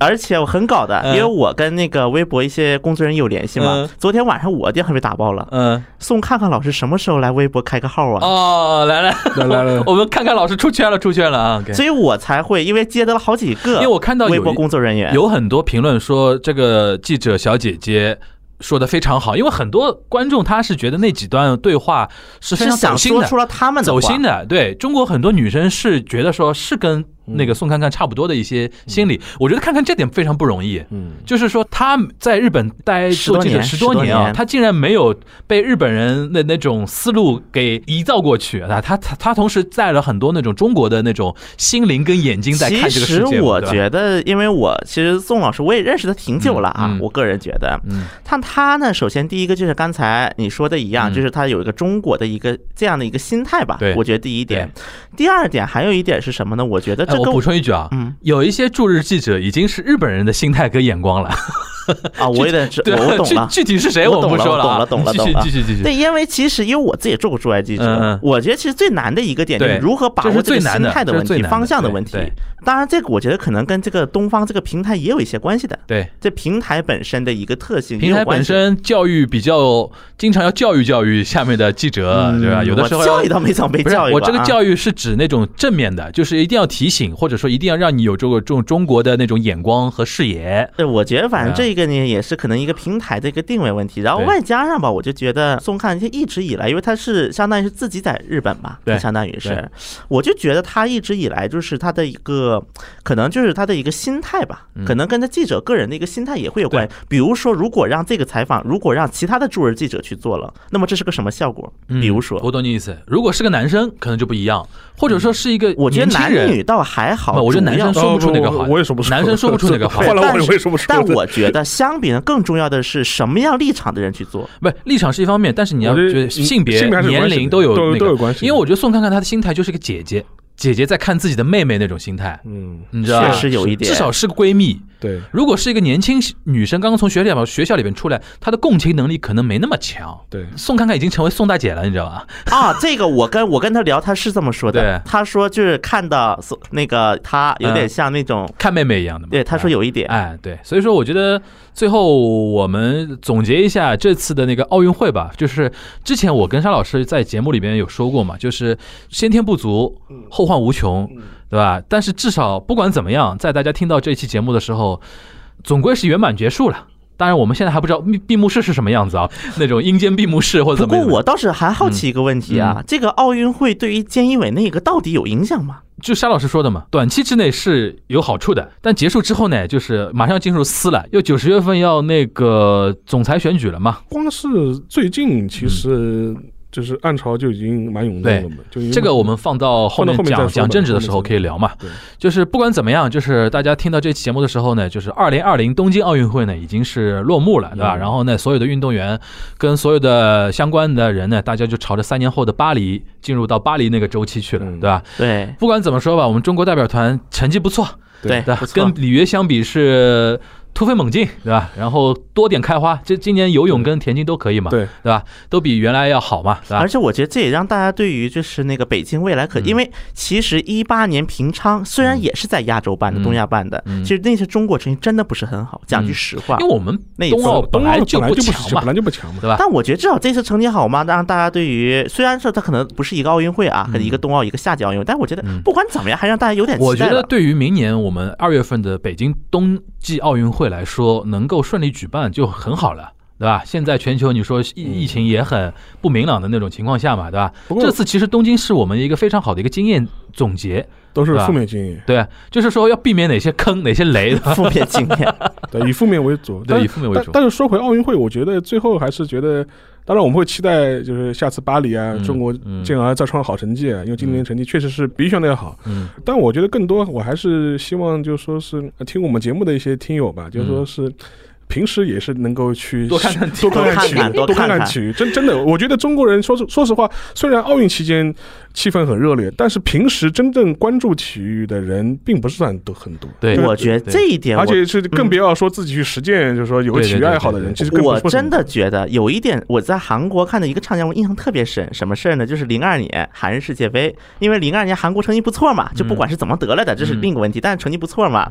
而且我很搞的，
嗯
因为我跟那个微博一些工作人员有联系
嗯
嘛。昨天晚上我的电话被打爆了，
嗯，
宋看看老师什么时候来微博开个号啊？
哦，来来
来来来
我们看看老师出圈了，出圈了啊！OK
嗯所以我才会，因为接到了好几个，
因为我看到有
微博工作人员，
有很多评论说这个记者小姐姐。说的非常好，因为很多观众他是觉得那几段对话是非
是
常走
想
心
说
的
出，了他们的
走
话
心的，对中国很多女生是觉得说是跟那
嗯
个宋看看差不多的一些心理，我觉得看看这点非常不容易。
嗯，
就是说，她在日本待
十多
做记者
年
十
十多
年啊，
年
她竟然没有被日本人的那种思路给移造过去啊！她她她同时带了很多那种中国的那种心灵跟眼睛在看
其
这个世
实
界嘛。
我
对吧
觉得，因为我其实宋老师我也认识他挺久了啊
嗯嗯，
我个人觉得，
嗯
但他呢，首先第一个就是刚才你说的一样，
嗯
就是他有一个中国的一个这样的一个心态吧
对，
我觉得第一点。第二点还有一点是什么呢？我觉得
哎，
这
我
跟
补充一句啊，
嗯
有一些驻日记者已经是日本人的心态跟眼光了。
啊，我有点知，
对
我我懂
具
了。
具体是谁
我
们
懂
不
了
说
我
啊
懂了懂了懂了
继续继续继续。
对，因为其实因为我自己也做过驻外记者，
嗯嗯
我觉得其实最难的一个点就是
对
如何把
这是
握这
最
个
难
心
的
态的
这是
问
最
题、
难
方
的
向的
对
问题
对。
当然，这个我觉得可能跟这个东方这个平台也有一些关系的，
对，
这平台本身的一个特性也嗯
平
有
台
关
本
系。
身教育比较经常要教育教育下面的记者，对吧？有的时
嗯
候
我
要
教育倒没怎么被
不是
教育
我
过
这个
啊
教育是指那种正面的，就是一定要提醒，或者说一定要让你有这个这种中国的那种眼光和视野。
对，我觉得反正
嗯
这个呢，也是可能一个平台的一个定位问题，然后
对
外加上吧，我就觉得宋看一直以来，因为他是相当于是自己在日本吧，
对
他相当于
对
是，我就觉得他一直以来就是他的一个，可能就是他的一个心态吧，
嗯
可能跟他记者个人的一个心态也会有关系。比如说，如果让这个采访，如果让其他的驻日记者去做了，那么这是个什么效果？
嗯
比如说，
我懂你意思。如果是个男生，可能就不一样，或者说是一个
嗯我觉得
年轻
男
人
女倒还好，
不我觉得
主
男
要
生说不出那个话
我我我也哦说不出，
男生说不出那个话
换了
但
我
是
也说不出。
但我觉得相比呢，更重要的是什么样立场的人去做。
不是立场是一方面，但是你要
我觉得
觉得性别、
性别还是有
年
关系
龄
的
都有
都有
那个
都有关系的
因为我觉得宋看看她的心态就是个姐姐，姐姐在看自己的妹妹那种心态，
嗯，
你知道吧？
确实有一点
至啊少是个闺蜜。
对，
如果是一个年轻女生，刚刚从学校学校里边出来，她的共情能力可能没那么强。
对
宋看看已经成为宋大姐了，你知道吧？
啊，这个我跟我跟他聊，他是这么说的
对，
他说就是看到所那个他有点像那种，
看妹妹一样的嘛。
对，他说有一点，
哎，对，所以说我觉得最后我们总结一下这次的那个奥运会吧，就是之前我跟沙老师在节目里边有说过嘛，就是先天不足，
嗯
后患无穷，对吧？但是至少不管怎么样，在大家听到这期节目的时候，总归是圆满结束了。当然，我们现在还不知道闭闭幕式是什么样子啊，那种阴间闭幕式或者
不
怎么嗯
过
样。
我倒是还好奇一个问题啊，这个奥运会对于菅义伟那个到底有影响吗？
就沙老师说的嘛，短期之内是有好处的，但结束之后呢，就是马上要进入撕了，又九十月份要那个总裁选举了嘛，
光是最近其实就是暗潮就已经蛮涌动了嘛，就已经
这个我们放到后面
嗯放到后面再
讲
说吧
讲政治的时候可以聊嘛
后面再说。
就是不管怎么样，就是大家听到这期节目的时候呢，就是二零二零东京奥运会呢已经是落幕了，对吧？
嗯
然后呢，所有的运动员跟所有的相关的人呢，大家就朝着三年后的巴黎进入到巴黎那个周期去了，
嗯
对吧？
对
不管怎么说吧，我们中国代表团成绩不错，
对
对
哎不，错
跟里约相比是突飞猛进，对吧？然后多点开花，这今年游泳跟田径都可以嘛，
对
对吧？都比原来要好嘛，对吧
而？且我觉得这也让大家对于就是那个北京未来可，
啊嗯
因为其实一八年平昌虽然也是在亚洲办的、
嗯
东亚办的，
嗯
其实那次中国成绩真的不是很好，讲句实话。
因为我们
那一
冬
次
奥啊
东
来
奥
就
哦本来就不
强嘛
本，来就不强嘛，
对吧？
但我觉得至少这次成绩好嘛，让大家对于虽然说它可能不是一个奥运会啊，可能一个冬奥一个夏季奥运会，但我觉得
嗯
不管怎么样，还让大家有点
我
期
觉
待
得
了。。
对 于明年我们二月份的北京冬季奥运会来说，能够顺利举办就很好了。对吧？现在全球你说疫疫情也很不明朗的那种情况下嘛，对吧？
不过
这次其实东京是我们一个非常好的一个经验总结，
都是
对吧
负面经 验，
对，就是说要避免哪些坑、哪些雷的
负面经验，
对，以负面为主，
对
但
以负面为主
但但是说回奥运会，我觉得最后还是觉得，当然我们会期待就是下次巴黎啊，
嗯
中国
嗯
进而再创好成绩啊，因为今年成绩确实是比预想的要好。
嗯
但我觉得更多我还是希望就是说是呃听我们节目的一些听友吧，就是说是。平时也是能够去
多看看
多看
多看
体
看
育，多
多看看
看体育，真真的，我觉得中国人说说实话，虽然奥运期间气氛很热烈，但是平时真正关注体育的人并不是算多很多。
对
我觉得这一 点我
而且是更不要说自己去实践，就是说有个体育爱好的人，其实更不
我
是说什
真
么
的觉得有一点，我在韩国看的一个唱将，我印象特别深。什么事儿呢？就是零二年韩日世界杯，因为零二年韩国成绩不错嘛，就不
嗯
管是怎么得来的，这是另一个问题，但是成绩不错嘛。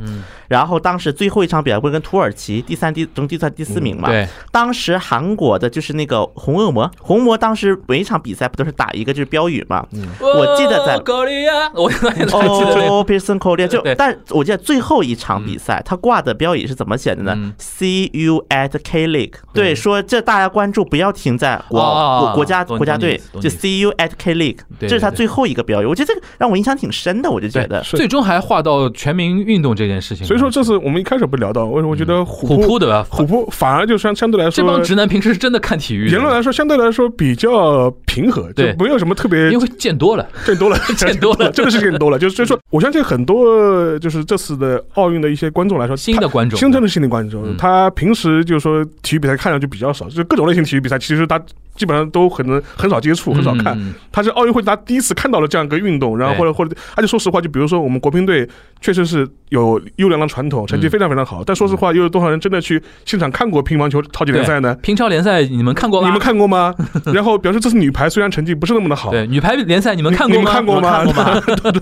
然后当时最后一场比赛不是跟土耳其第三、第争第三、第
嗯
四名嘛？
对，
当时韩国的就是那个红恶魔，红魔当时每一场比赛不都是打一个就是标语
嗯
嘛？我记得在
哦高丽亚， 我现在还记得那个
哦 p e a r s o n Korea 就
对，
但我记得最后一场比赛，他挂的标语是怎么写的呢
嗯
？See you at K League。对，说这大家关注，不要停在国
哦
国国家
懂
国家
懂你意
队
思懂，你
就
意思
See you at K League，
对
这是他
对对
最后一个标语。我觉得这个让我印象挺深的，我就觉得
是
最终还划到全民运动这件事情了。
所以说这次我们一开始不聊到，为什么我觉得虎
虎扑
扑
对吧？
虎扑反而就相相对来
这
说，
帮直男平时是真的看体育的，
言论来说相对来说比较平和，就
对
没有什么特别
因为见多 了。
更 多了，
见多了
真的是更多了。就是所以说，我相信很多就是这次的奥运的一些观众来说，
新
他
的观众
新增的心理观众，
嗯
他平时就是说体育比赛看上去比较少，就是各种类型体育比赛，其实他基本上都很很少接触，很少看。
嗯
他是奥运会他第一次看到了这样一个运动，然后
对
或者或者，而且说实话，就比如说我们国乒队确实是有优良的传统，
嗯
成绩非常非常好，但说实话，又有多少人真的去现场看过乒乓球超级联赛呢？
乒超联赛你们看过吗？
你们看过吗？ 然后表示这次女排虽然成绩不是那么的好，
对女排联赛你们看
你
过
你
吗？
们看过吗？
你们看过吗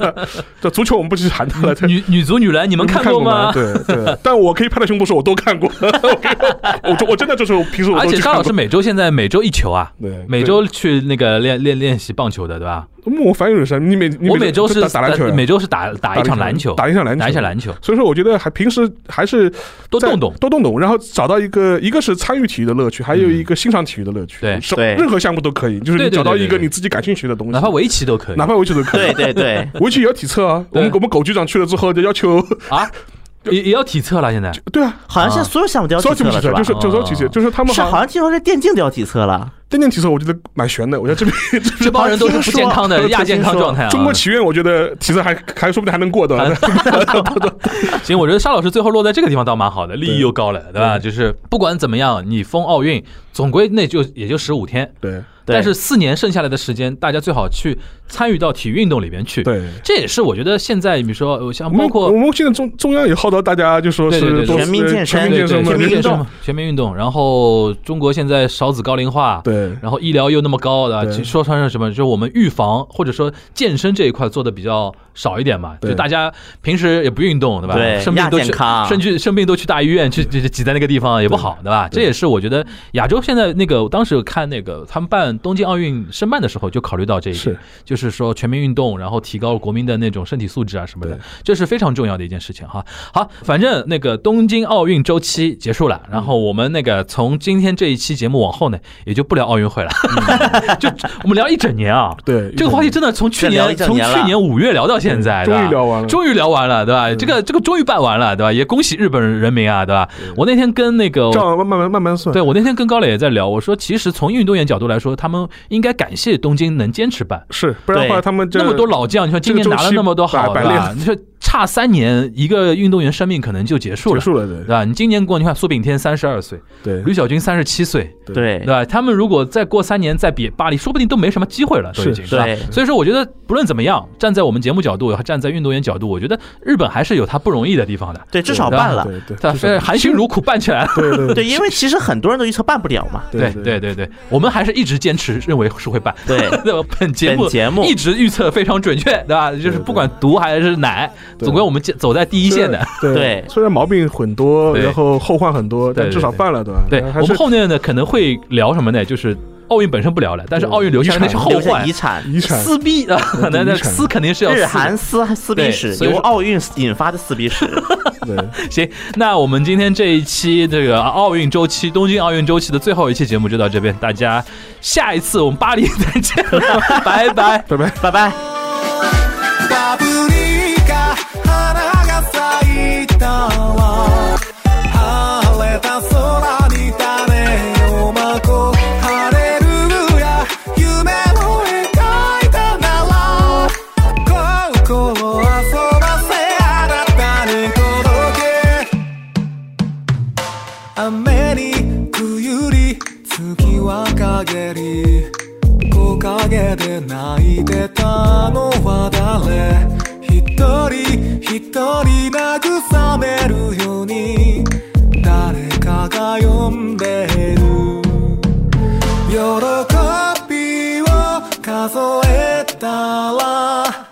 这足球我们不去谈它了。 对
女女足、女篮你们看过吗？
对 对，但我可以拍着胸脯说，我都看过。 我可以我我我真的就是我平时我
而
都
且
去
沙
看
老师
过。
每周现在每周一球啊，
对，
每周去那个练练练习棒球的，对吧？
我反有神，你每你
我每周是呃
打打篮球呀，
每周是打打一场篮球，
打一场篮球，
打一场篮球，
所以说，我觉得还平时还是
多
在
动动。
多动动，然后找到一个，一个是参与体育的乐趣，还有一个欣赏体育的乐趣。
对
什
对
任何项目都可以，就是
对对
你
对
找到一
对
个
对
你自己感兴趣的东西，
哪怕围棋都可以
哪怕围棋都可以
对。对 对，
围棋也要体测啊， 我
对
们我们狗局长去了之后就要求，
啊，也也要体测了。现在
对啊，
好像现在所有项目都要
所
体
有体
测
测
了，
就是
吧？
就是就是体测，就是他们
是，好像听说是电竞都要体测了。
电竞体测，我觉得蛮悬的。我觉得这边
这帮人都是不健康的
听说
亚健康状态啊。
中国祈愿，我觉得体测还还说不定还能过的。
行，我觉得沙老师最后落在这个地方倒蛮好的，利益
对
又高了，对吧？就是不管怎么样，你封奥运总归那就也就十五天，
对
对
但是四年剩下来的时间，大家最好去参与到体育运动里边去。，
对，
这也是我觉得现在比如说呃像
我们
包括
我们现在中中央也号召大家就说
对对对
是都是
全民健身
全民
对
健
对
身嘛
民
全民
运
健
动
身嘛，全民运动。然后中国现在少子高龄化，
对
然后医疗又那么高的，
对
其实说穿是什么？就是我们预防或者说健身这一块做的比较少一点嘛，
对
就大家平时也不运动，对吧？
对
生病都
亚
去
健，康
甚至生病都去大医院去，就就挤在那个地方也不好，对吧？这也是我觉得亚洲现在那个，我当时有看那个他们办办东京奥运申办的时候就考虑到这一点
是，
就是说全民运动，然后提高国民的那种身体素质啊什么的
对，
这是非常重要的一件事情哈。好，反正那个东京奥运周期结束了，然后
嗯
我们那个从今天这一期节目往后呢，也就不聊奥运会了，
嗯
就我们聊一整年啊。
对
这个话题真的从去
这聊一
年
整
从
年了
去年五月聊到现在，对
终
吧
于聊完了，嗯
终于聊完了，对吧？这个这个终于办完了，对吧？也恭喜日本人民啊，对吧？我那天跟那个
这样慢慢慢慢慢算，
对我那天跟高磊也在聊，我说其实从运动员角度来说，他们应该感谢东京能坚持办。
是，不然的话
对
他们这
那么多老将，你说今年拿了那么多好，对
这个周期摆
吧？你说差三年，一个运动员生命可能就结束
结
了，
束了，
对吧？你今年过，你看苏炳添三十二岁，
对
吕
对
小军三十七岁，
对
对吧？他们如果再过三年再比巴黎，说不定都没什么机会了，都已经
是
吧？
对，
所以说，我觉得不论怎么样，站在我们节目角度，站在运动员角度，我觉得日本还是有他不容易的地方的。
对，至少办了。
对对，
他
就是
含辛茹苦办起来了。
对对
对，因为其实很多人都预测办不了嘛。
对对对对，我们还是一直坚持认为是会办。
对
对吧？本节目
本节目
一直预测非常准确，对吧？就是不管毒还是奶，
对
总归我们走在第一线的。
对
对
虽然毛病很多，
对
然后后患很多，但
对对
至少办了，对吧？
对
还
我
是
们后面呢可能会聊什么呢？就是奥运本身不聊了，但是
对
奥运留下的那是后
留下
患
遗。产，
遗产
撕逼啊，那那
遗产
撕肯定是要撕
日
的
韩撕撕逼
对
史
所以
由
说
奥运引发的撕逼 史。
对
行，那我们今天这一期这个奥运周期，东京奥运周期的最后一期节目就到这边，大家下一次我们巴黎再见了，拜拜。
拜拜。
拜拜。
パプリカ花が咲いたわ晴れた空に種をまこうハレルヤ夢を描いたなら心遊ばせあなたに届け雨に冬に月は陰り木陰で泣いてたのは誰一人一人慰めるように誰かが呼んでいる喜びを数えたら